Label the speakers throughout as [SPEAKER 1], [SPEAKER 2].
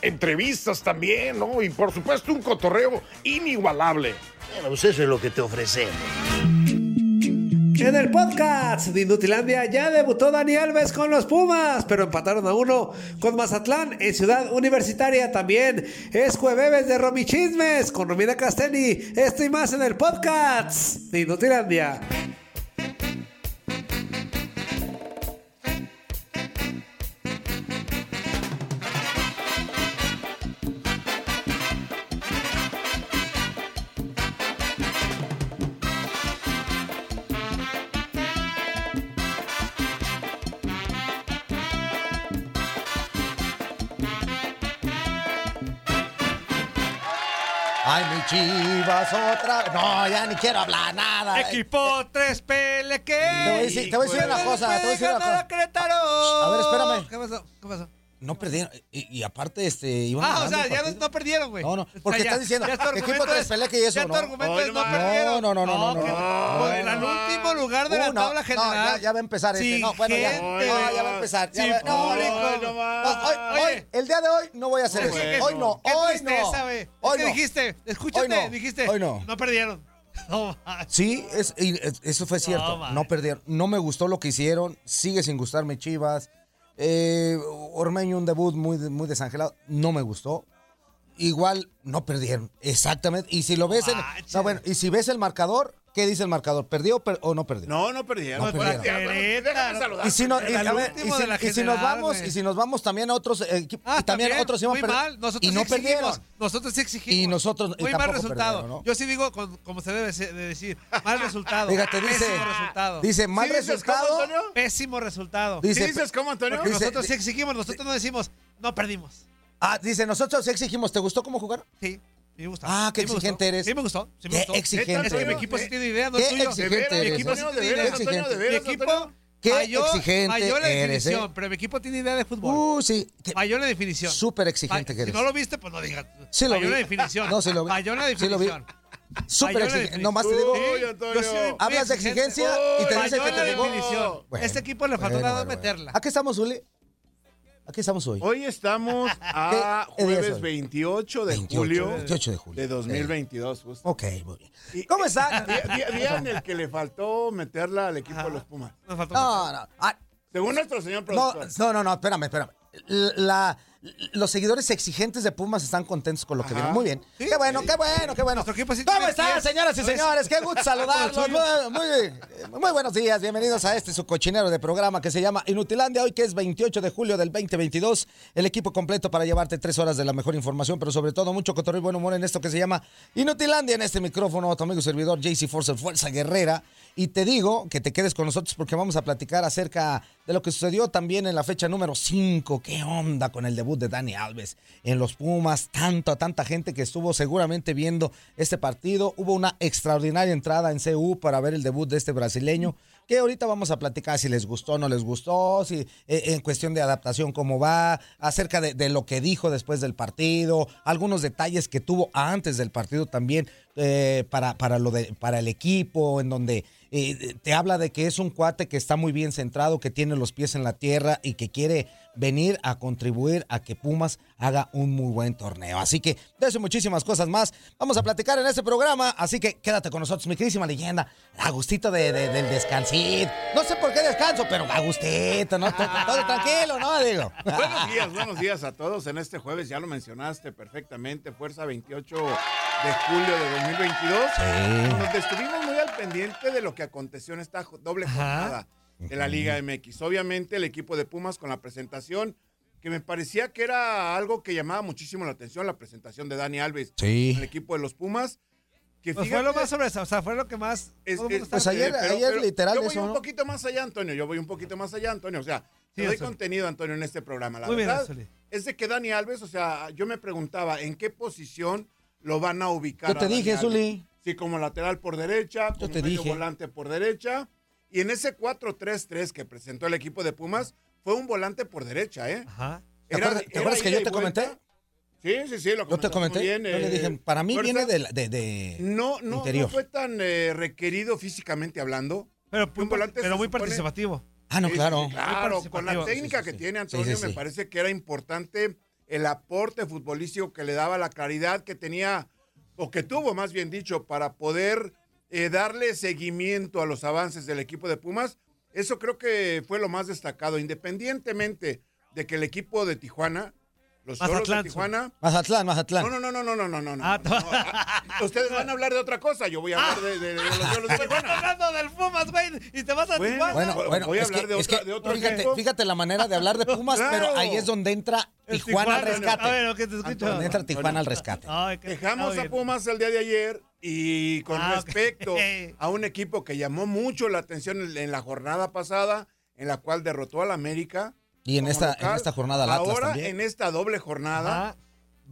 [SPEAKER 1] Entrevistas también, ¿no? Y por supuesto un cotorreo inigualable.
[SPEAKER 2] Bueno, pues eso es lo que te ofrecemos.
[SPEAKER 3] En el podcast de Inutilandia ya debutó Dani Alves con los Pumas, pero empataron a uno con Mazatlán en Ciudad Universitaria también. Es Jueves de Romy Chismes con Romina Castelli. Esto y más en el podcast de Inutilandia.
[SPEAKER 4] Ay, mi chivas otra. No, ya ni quiero hablar nada.
[SPEAKER 5] Equipo 3 PLK. Te
[SPEAKER 4] voy a decir- te voy a decir una cosa, te voy a decir una cosa.
[SPEAKER 5] A
[SPEAKER 4] A ver, espérame.
[SPEAKER 3] ¿Qué pasó? ¿Qué pasó?
[SPEAKER 4] No perdieron. Y, y aparte, este. Iban
[SPEAKER 5] Ah, o
[SPEAKER 4] ganando
[SPEAKER 5] sea,
[SPEAKER 4] el
[SPEAKER 5] ya
[SPEAKER 4] partido.
[SPEAKER 5] no perdieron, güey.
[SPEAKER 4] No, no, porque
[SPEAKER 5] ya-
[SPEAKER 4] estás diciendo,
[SPEAKER 5] ya tu
[SPEAKER 4] equipo
[SPEAKER 5] argumento
[SPEAKER 4] tres
[SPEAKER 5] es-
[SPEAKER 4] pelea que eso,
[SPEAKER 5] Ya
[SPEAKER 4] no.
[SPEAKER 5] tu argumento
[SPEAKER 1] Hoy
[SPEAKER 5] es no
[SPEAKER 1] no,
[SPEAKER 5] perdieron.
[SPEAKER 4] no, no, no, no,
[SPEAKER 5] que-
[SPEAKER 4] no,
[SPEAKER 1] no,
[SPEAKER 5] pues,
[SPEAKER 1] hoy
[SPEAKER 5] en el
[SPEAKER 1] no.
[SPEAKER 5] último lugar de la
[SPEAKER 4] Uh, no,
[SPEAKER 5] tabla
[SPEAKER 4] no,
[SPEAKER 5] general.
[SPEAKER 4] ya- ya va a empezar este.
[SPEAKER 5] Sin
[SPEAKER 4] No, bueno, ya.
[SPEAKER 5] gente,
[SPEAKER 4] No, ya va a empezar, ya
[SPEAKER 5] sin
[SPEAKER 4] va- no,
[SPEAKER 1] Ay,
[SPEAKER 5] público.
[SPEAKER 1] no más.
[SPEAKER 4] No, hoy, hoy,
[SPEAKER 5] Oye.
[SPEAKER 4] el día de hoy no voy a hacer
[SPEAKER 5] Es
[SPEAKER 4] eso.
[SPEAKER 5] que qué-
[SPEAKER 4] Hoy no,
[SPEAKER 5] qué
[SPEAKER 4] hoy
[SPEAKER 5] tristeza,
[SPEAKER 4] no.
[SPEAKER 5] güey. Es
[SPEAKER 4] Hoy
[SPEAKER 5] que
[SPEAKER 4] no.
[SPEAKER 5] dijiste, escúchate,
[SPEAKER 4] Hoy no.
[SPEAKER 5] dijiste,
[SPEAKER 4] Hoy no.
[SPEAKER 5] no perdieron. No más.
[SPEAKER 4] Sí, es, y, es- eso fue cierto.
[SPEAKER 5] man.
[SPEAKER 4] No, perdieron. No me gustó lo que hicieron. Sigue sin gustarme Chivas. Eh, Ormeño, un debut muy, de- muy desangelado. No me gustó. Igual no perdieron. Exactamente. Y si lo ves en.
[SPEAKER 5] Manches.
[SPEAKER 4] No, bueno, y si ves el marcador, ¿qué dice el marcador? ¿Perdió per- o no perdió?
[SPEAKER 6] No, no perdieron.
[SPEAKER 4] No perdieron.
[SPEAKER 1] Déjame saludar.
[SPEAKER 4] Y si, no- y,
[SPEAKER 5] Era el
[SPEAKER 4] a ver, y
[SPEAKER 5] último
[SPEAKER 4] si-
[SPEAKER 5] de la
[SPEAKER 4] y si
[SPEAKER 5] general,
[SPEAKER 4] nos vamos,
[SPEAKER 5] güey.
[SPEAKER 4] y si nos vamos también a otros equipos,
[SPEAKER 5] Ah,
[SPEAKER 4] y también, otros iban
[SPEAKER 5] muy
[SPEAKER 4] perder-
[SPEAKER 5] mal. Nosotros
[SPEAKER 4] y no
[SPEAKER 5] sí exigimos.
[SPEAKER 4] perdieron.
[SPEAKER 5] Nosotros sí exigimos.
[SPEAKER 4] Y nosotros- y
[SPEAKER 5] Muy mal
[SPEAKER 4] tampoco
[SPEAKER 5] resultado.
[SPEAKER 4] perdieron, ¿no?
[SPEAKER 5] Yo sí digo con- como se debe se- de decir. Mal resultado.
[SPEAKER 4] Fíjate, dice,
[SPEAKER 5] Pésimo resultado.
[SPEAKER 4] dice mal
[SPEAKER 1] ¿Sí dices cómo,
[SPEAKER 4] resultado.
[SPEAKER 1] Antonio?
[SPEAKER 5] Pésimo resultado.
[SPEAKER 4] Dice-
[SPEAKER 1] ¿Sí dices cómo, Antonio?
[SPEAKER 5] Porque
[SPEAKER 4] dice-
[SPEAKER 5] nosotros sí exigimos. Nosotros no decimos, no perdimos.
[SPEAKER 4] Ah, dice, nosotros exigimos, ¿te gustó cómo jugaron?
[SPEAKER 5] Sí. sí Me gusta.
[SPEAKER 4] Ah, qué exigente eres.
[SPEAKER 5] Sí, me gustó. Sí, me
[SPEAKER 4] Qué
[SPEAKER 5] gustó.
[SPEAKER 4] exigente
[SPEAKER 5] Es que mi
[SPEAKER 4] eres.
[SPEAKER 5] equipo sí
[SPEAKER 1] Eh,
[SPEAKER 5] tiene idea, no
[SPEAKER 4] qué
[SPEAKER 5] es tuyo.
[SPEAKER 1] ¿De
[SPEAKER 4] exigente
[SPEAKER 1] veras,
[SPEAKER 4] eres,
[SPEAKER 1] mi equipo,
[SPEAKER 4] ¿no?
[SPEAKER 1] Antonio, de veras,
[SPEAKER 4] Qué
[SPEAKER 1] Antonio, de
[SPEAKER 4] exigente.
[SPEAKER 5] Mi
[SPEAKER 1] veras,
[SPEAKER 5] equipo.
[SPEAKER 1] Antonio?
[SPEAKER 4] Qué
[SPEAKER 5] mayor,
[SPEAKER 4] exigente
[SPEAKER 5] mayor la
[SPEAKER 4] eres,
[SPEAKER 5] definición,
[SPEAKER 4] ¿eh?
[SPEAKER 5] pero mi equipo tiene idea de fútbol.
[SPEAKER 4] Uh, sí. que-
[SPEAKER 5] mayor la definición.
[SPEAKER 4] Súper exigente que
[SPEAKER 5] Si
[SPEAKER 4] eres.
[SPEAKER 5] no lo viste, pues no digas.
[SPEAKER 4] Sí lo
[SPEAKER 5] mayor
[SPEAKER 4] vi.
[SPEAKER 5] la definición.
[SPEAKER 4] No, sí lo vi.
[SPEAKER 5] Mayor la
[SPEAKER 4] Sí lo vi.
[SPEAKER 5] definición.
[SPEAKER 4] Súper
[SPEAKER 5] Mayor la
[SPEAKER 4] exigente.
[SPEAKER 5] definición.
[SPEAKER 4] Nomás te digo,
[SPEAKER 1] Uy, Antonio.
[SPEAKER 5] soy
[SPEAKER 4] Hablas de exigencia y te
[SPEAKER 1] Uy,
[SPEAKER 4] dicen que
[SPEAKER 5] Falló
[SPEAKER 4] te
[SPEAKER 5] la
[SPEAKER 4] digo.
[SPEAKER 5] definición.
[SPEAKER 4] Bueno,
[SPEAKER 5] este equipo le faltó
[SPEAKER 4] bueno,
[SPEAKER 5] nada más
[SPEAKER 4] bueno, bueno.
[SPEAKER 5] meterla.
[SPEAKER 4] Aquí estamos, Uli. Aquí estamos hoy.
[SPEAKER 1] Hoy estamos a
[SPEAKER 4] ¿Qué día es
[SPEAKER 1] jueves
[SPEAKER 4] hoy?
[SPEAKER 1] 28 de
[SPEAKER 4] 28,
[SPEAKER 1] julio.
[SPEAKER 4] 28 de julio.
[SPEAKER 1] De 2022, justo.
[SPEAKER 4] Ok, muy bien.
[SPEAKER 1] eh,
[SPEAKER 4] ¿Cómo están?
[SPEAKER 1] Día, día- día en el que le faltó meterla al equipo de los Pumas.
[SPEAKER 5] Nos faltó
[SPEAKER 4] No, no. Ah,
[SPEAKER 1] Según nuestro señor
[SPEAKER 4] No,
[SPEAKER 1] productor.
[SPEAKER 5] pues.
[SPEAKER 4] no, no, no, espérame, espérame. La- los seguidores exigentes de Pumas están contentos con lo que
[SPEAKER 1] Ajá.
[SPEAKER 4] vieron. Muy bien. qué bueno, qué bueno, qué bueno.
[SPEAKER 5] Nuestro equipo sí
[SPEAKER 4] ¿Cómo
[SPEAKER 5] tiene
[SPEAKER 4] están,
[SPEAKER 5] pies.
[SPEAKER 4] señoras y
[SPEAKER 5] No es-
[SPEAKER 4] señores? Qué gusto saludarlos. Muy, muy- muy buenos días. Bienvenidos a este su cochinero de programa que se llama Inutilandia. Hoy que es 28 de julio del 2022. El equipo completo para llevarte tres horas de la mejor información, pero sobre todo mucho cotorreo y buen humor en esto que se llama Inutilandia. En este micrófono, tu amigo y servidor JC Force, Fuerza Guerrera. Y te digo que te quedes con nosotros porque vamos a platicar acerca de lo que sucedió también en la fecha número 5. ¿Qué onda con el debut de Dani Alves en los Pumas? Tanta, tanta gente que estuvo seguramente viendo este partido. Hubo una extraordinaria entrada en CU para ver el debut de este brasileño. Que ahorita vamos a platicar si les gustó o no les gustó, si eh, en cuestión de adaptación cómo va, acerca de, de lo que dijo después del partido, algunos detalles que tuvo antes del partido también eh, para, para, lo de, para el equipo, en donde eh, te habla de que es un cuate que está muy bien centrado, que tiene los pies en la tierra y que quiere venir a contribuir a que Pumas haga un muy buen torneo. Así que de eso y muchísimas cosas más vamos a platicar en este programa. Así que quédate con nosotros, mi queridísima leyenda. A gustito de, de- del descansito. No sé por qué descanso, pero a gustito, ¿no? Todo, todo tranquilo, ¿no? Digo.
[SPEAKER 1] Buenos días, buenos días a todos. En este jueves ya lo mencionaste perfectamente, Fuerza 28 de julio de 2022. Nos estuvimos muy al
[SPEAKER 7] pendiente de lo que aconteció en esta jo- doble
[SPEAKER 8] Ajá.
[SPEAKER 7] jornada de la Liga MX. Obviamente el equipo de Pumas con la presentación que me parecía que era algo que llamaba muchísimo la atención, la presentación de Dani Alves
[SPEAKER 4] Sí.
[SPEAKER 7] con el equipo de los Pumas. Que
[SPEAKER 5] Pues fue lo
[SPEAKER 7] fíjate-
[SPEAKER 5] más sobre o sea, fue lo que más.
[SPEAKER 7] es-
[SPEAKER 5] todo el
[SPEAKER 7] es-
[SPEAKER 5] mundo
[SPEAKER 4] Pues
[SPEAKER 5] estaba-
[SPEAKER 4] ayer- ayer literal
[SPEAKER 7] Yo voy
[SPEAKER 4] eso,
[SPEAKER 7] un
[SPEAKER 4] ¿no?
[SPEAKER 7] poquito más allá, Antonio. Yo voy un poquito más allá, Antonio. O sea,
[SPEAKER 5] Sí,
[SPEAKER 7] te doy
[SPEAKER 5] Antonio.
[SPEAKER 7] contenido, Antonio, en este programa. La
[SPEAKER 5] Muy bien,
[SPEAKER 7] verdad
[SPEAKER 5] Anzuli.
[SPEAKER 7] es de que Dani Alves, o sea, yo me preguntaba en qué posición lo van a ubicar.
[SPEAKER 4] Yo te
[SPEAKER 7] a Dani
[SPEAKER 4] dije,
[SPEAKER 7] Alves?
[SPEAKER 4] Zuli.
[SPEAKER 7] Sí, como lateral por derecha, como
[SPEAKER 4] te
[SPEAKER 7] medio
[SPEAKER 4] dije.
[SPEAKER 7] volante por derecha. Y en ese 4-3-3 que presentó el equipo de Pumas, fue un volante por derecha, ¿eh?
[SPEAKER 5] Ajá.
[SPEAKER 4] ¿Te
[SPEAKER 7] Era-
[SPEAKER 4] acuerdas- te
[SPEAKER 7] era
[SPEAKER 4] acuerdas que
[SPEAKER 7] ida
[SPEAKER 4] yo
[SPEAKER 7] y
[SPEAKER 4] te
[SPEAKER 7] vuelta.
[SPEAKER 4] comenté?
[SPEAKER 7] Sí, sí, sí, lo
[SPEAKER 4] Yo te
[SPEAKER 7] comentaste muy
[SPEAKER 4] comenté.
[SPEAKER 7] bien,
[SPEAKER 4] yo le
[SPEAKER 7] eh,
[SPEAKER 4] dije, para mí
[SPEAKER 7] fuerza.
[SPEAKER 4] viene de. la- de, de-
[SPEAKER 7] No, no,
[SPEAKER 4] interior.
[SPEAKER 7] no fue tan eh, requerido físicamente hablando.
[SPEAKER 5] Pero,
[SPEAKER 7] un volante
[SPEAKER 5] pero
[SPEAKER 7] se
[SPEAKER 5] muy
[SPEAKER 7] supone-
[SPEAKER 5] participativo.
[SPEAKER 4] Ah, no,
[SPEAKER 7] Sí, sí,
[SPEAKER 4] claro.
[SPEAKER 7] Claro,
[SPEAKER 5] Muy
[SPEAKER 7] con la
[SPEAKER 5] participativo.
[SPEAKER 7] técnica
[SPEAKER 4] Sí, sí,
[SPEAKER 7] que
[SPEAKER 4] sí.
[SPEAKER 7] tiene
[SPEAKER 4] Sí, sí,
[SPEAKER 7] Antonio, me
[SPEAKER 4] sí.
[SPEAKER 7] parece que era importante el aporte futbolístico que le daba, la claridad que tenía, o que tuvo, más bien dicho, para poder eh, darle seguimiento a los avances del equipo de Pumas. Eso creo que fue lo más destacado, independientemente de que el equipo de Tijuana, los Zorros de
[SPEAKER 5] Mazatlán,
[SPEAKER 7] Tijuana,
[SPEAKER 4] Mazatlán, Mazatlán.
[SPEAKER 7] no, no, no, no, no, no, no, no. no,
[SPEAKER 5] Ah,
[SPEAKER 7] no. Ah, Ustedes van a hablar de otra cosa. Yo voy a hablar de, de- de los Diablos de
[SPEAKER 5] Estás
[SPEAKER 7] Tijuana.
[SPEAKER 5] hablando del Pumas, güey. Y te vas a
[SPEAKER 7] Bueno,
[SPEAKER 5] Tijuana.
[SPEAKER 4] Bueno,
[SPEAKER 7] Voy a
[SPEAKER 4] bueno, es
[SPEAKER 7] hablar
[SPEAKER 4] que,
[SPEAKER 7] de
[SPEAKER 4] es
[SPEAKER 7] otra-
[SPEAKER 4] que
[SPEAKER 7] de otro
[SPEAKER 4] fíjate,
[SPEAKER 7] equipo.
[SPEAKER 4] fíjate la manera de hablar de Pumas, pero
[SPEAKER 7] Claro.
[SPEAKER 4] ahí es donde entra
[SPEAKER 5] El
[SPEAKER 4] Tijuana
[SPEAKER 5] Tijuana,
[SPEAKER 4] al
[SPEAKER 5] A
[SPEAKER 4] rescate.
[SPEAKER 5] ver, ¿qué te escucho?
[SPEAKER 4] Donde entra Tijuana al rescate.
[SPEAKER 5] Ay, que-
[SPEAKER 7] Dejamos
[SPEAKER 5] está
[SPEAKER 7] a
[SPEAKER 5] bien.
[SPEAKER 7] Pumas el día de ayer y con
[SPEAKER 5] Ah, ok.
[SPEAKER 7] respecto a un equipo que llamó mucho la atención en- en la jornada pasada, en la cual derrotó al América.
[SPEAKER 4] Y en
[SPEAKER 7] como
[SPEAKER 4] esta,
[SPEAKER 7] local.
[SPEAKER 4] en esta jornada al Atlas
[SPEAKER 7] Ahora,
[SPEAKER 4] también.
[SPEAKER 7] en esta doble jornada,
[SPEAKER 5] Ajá.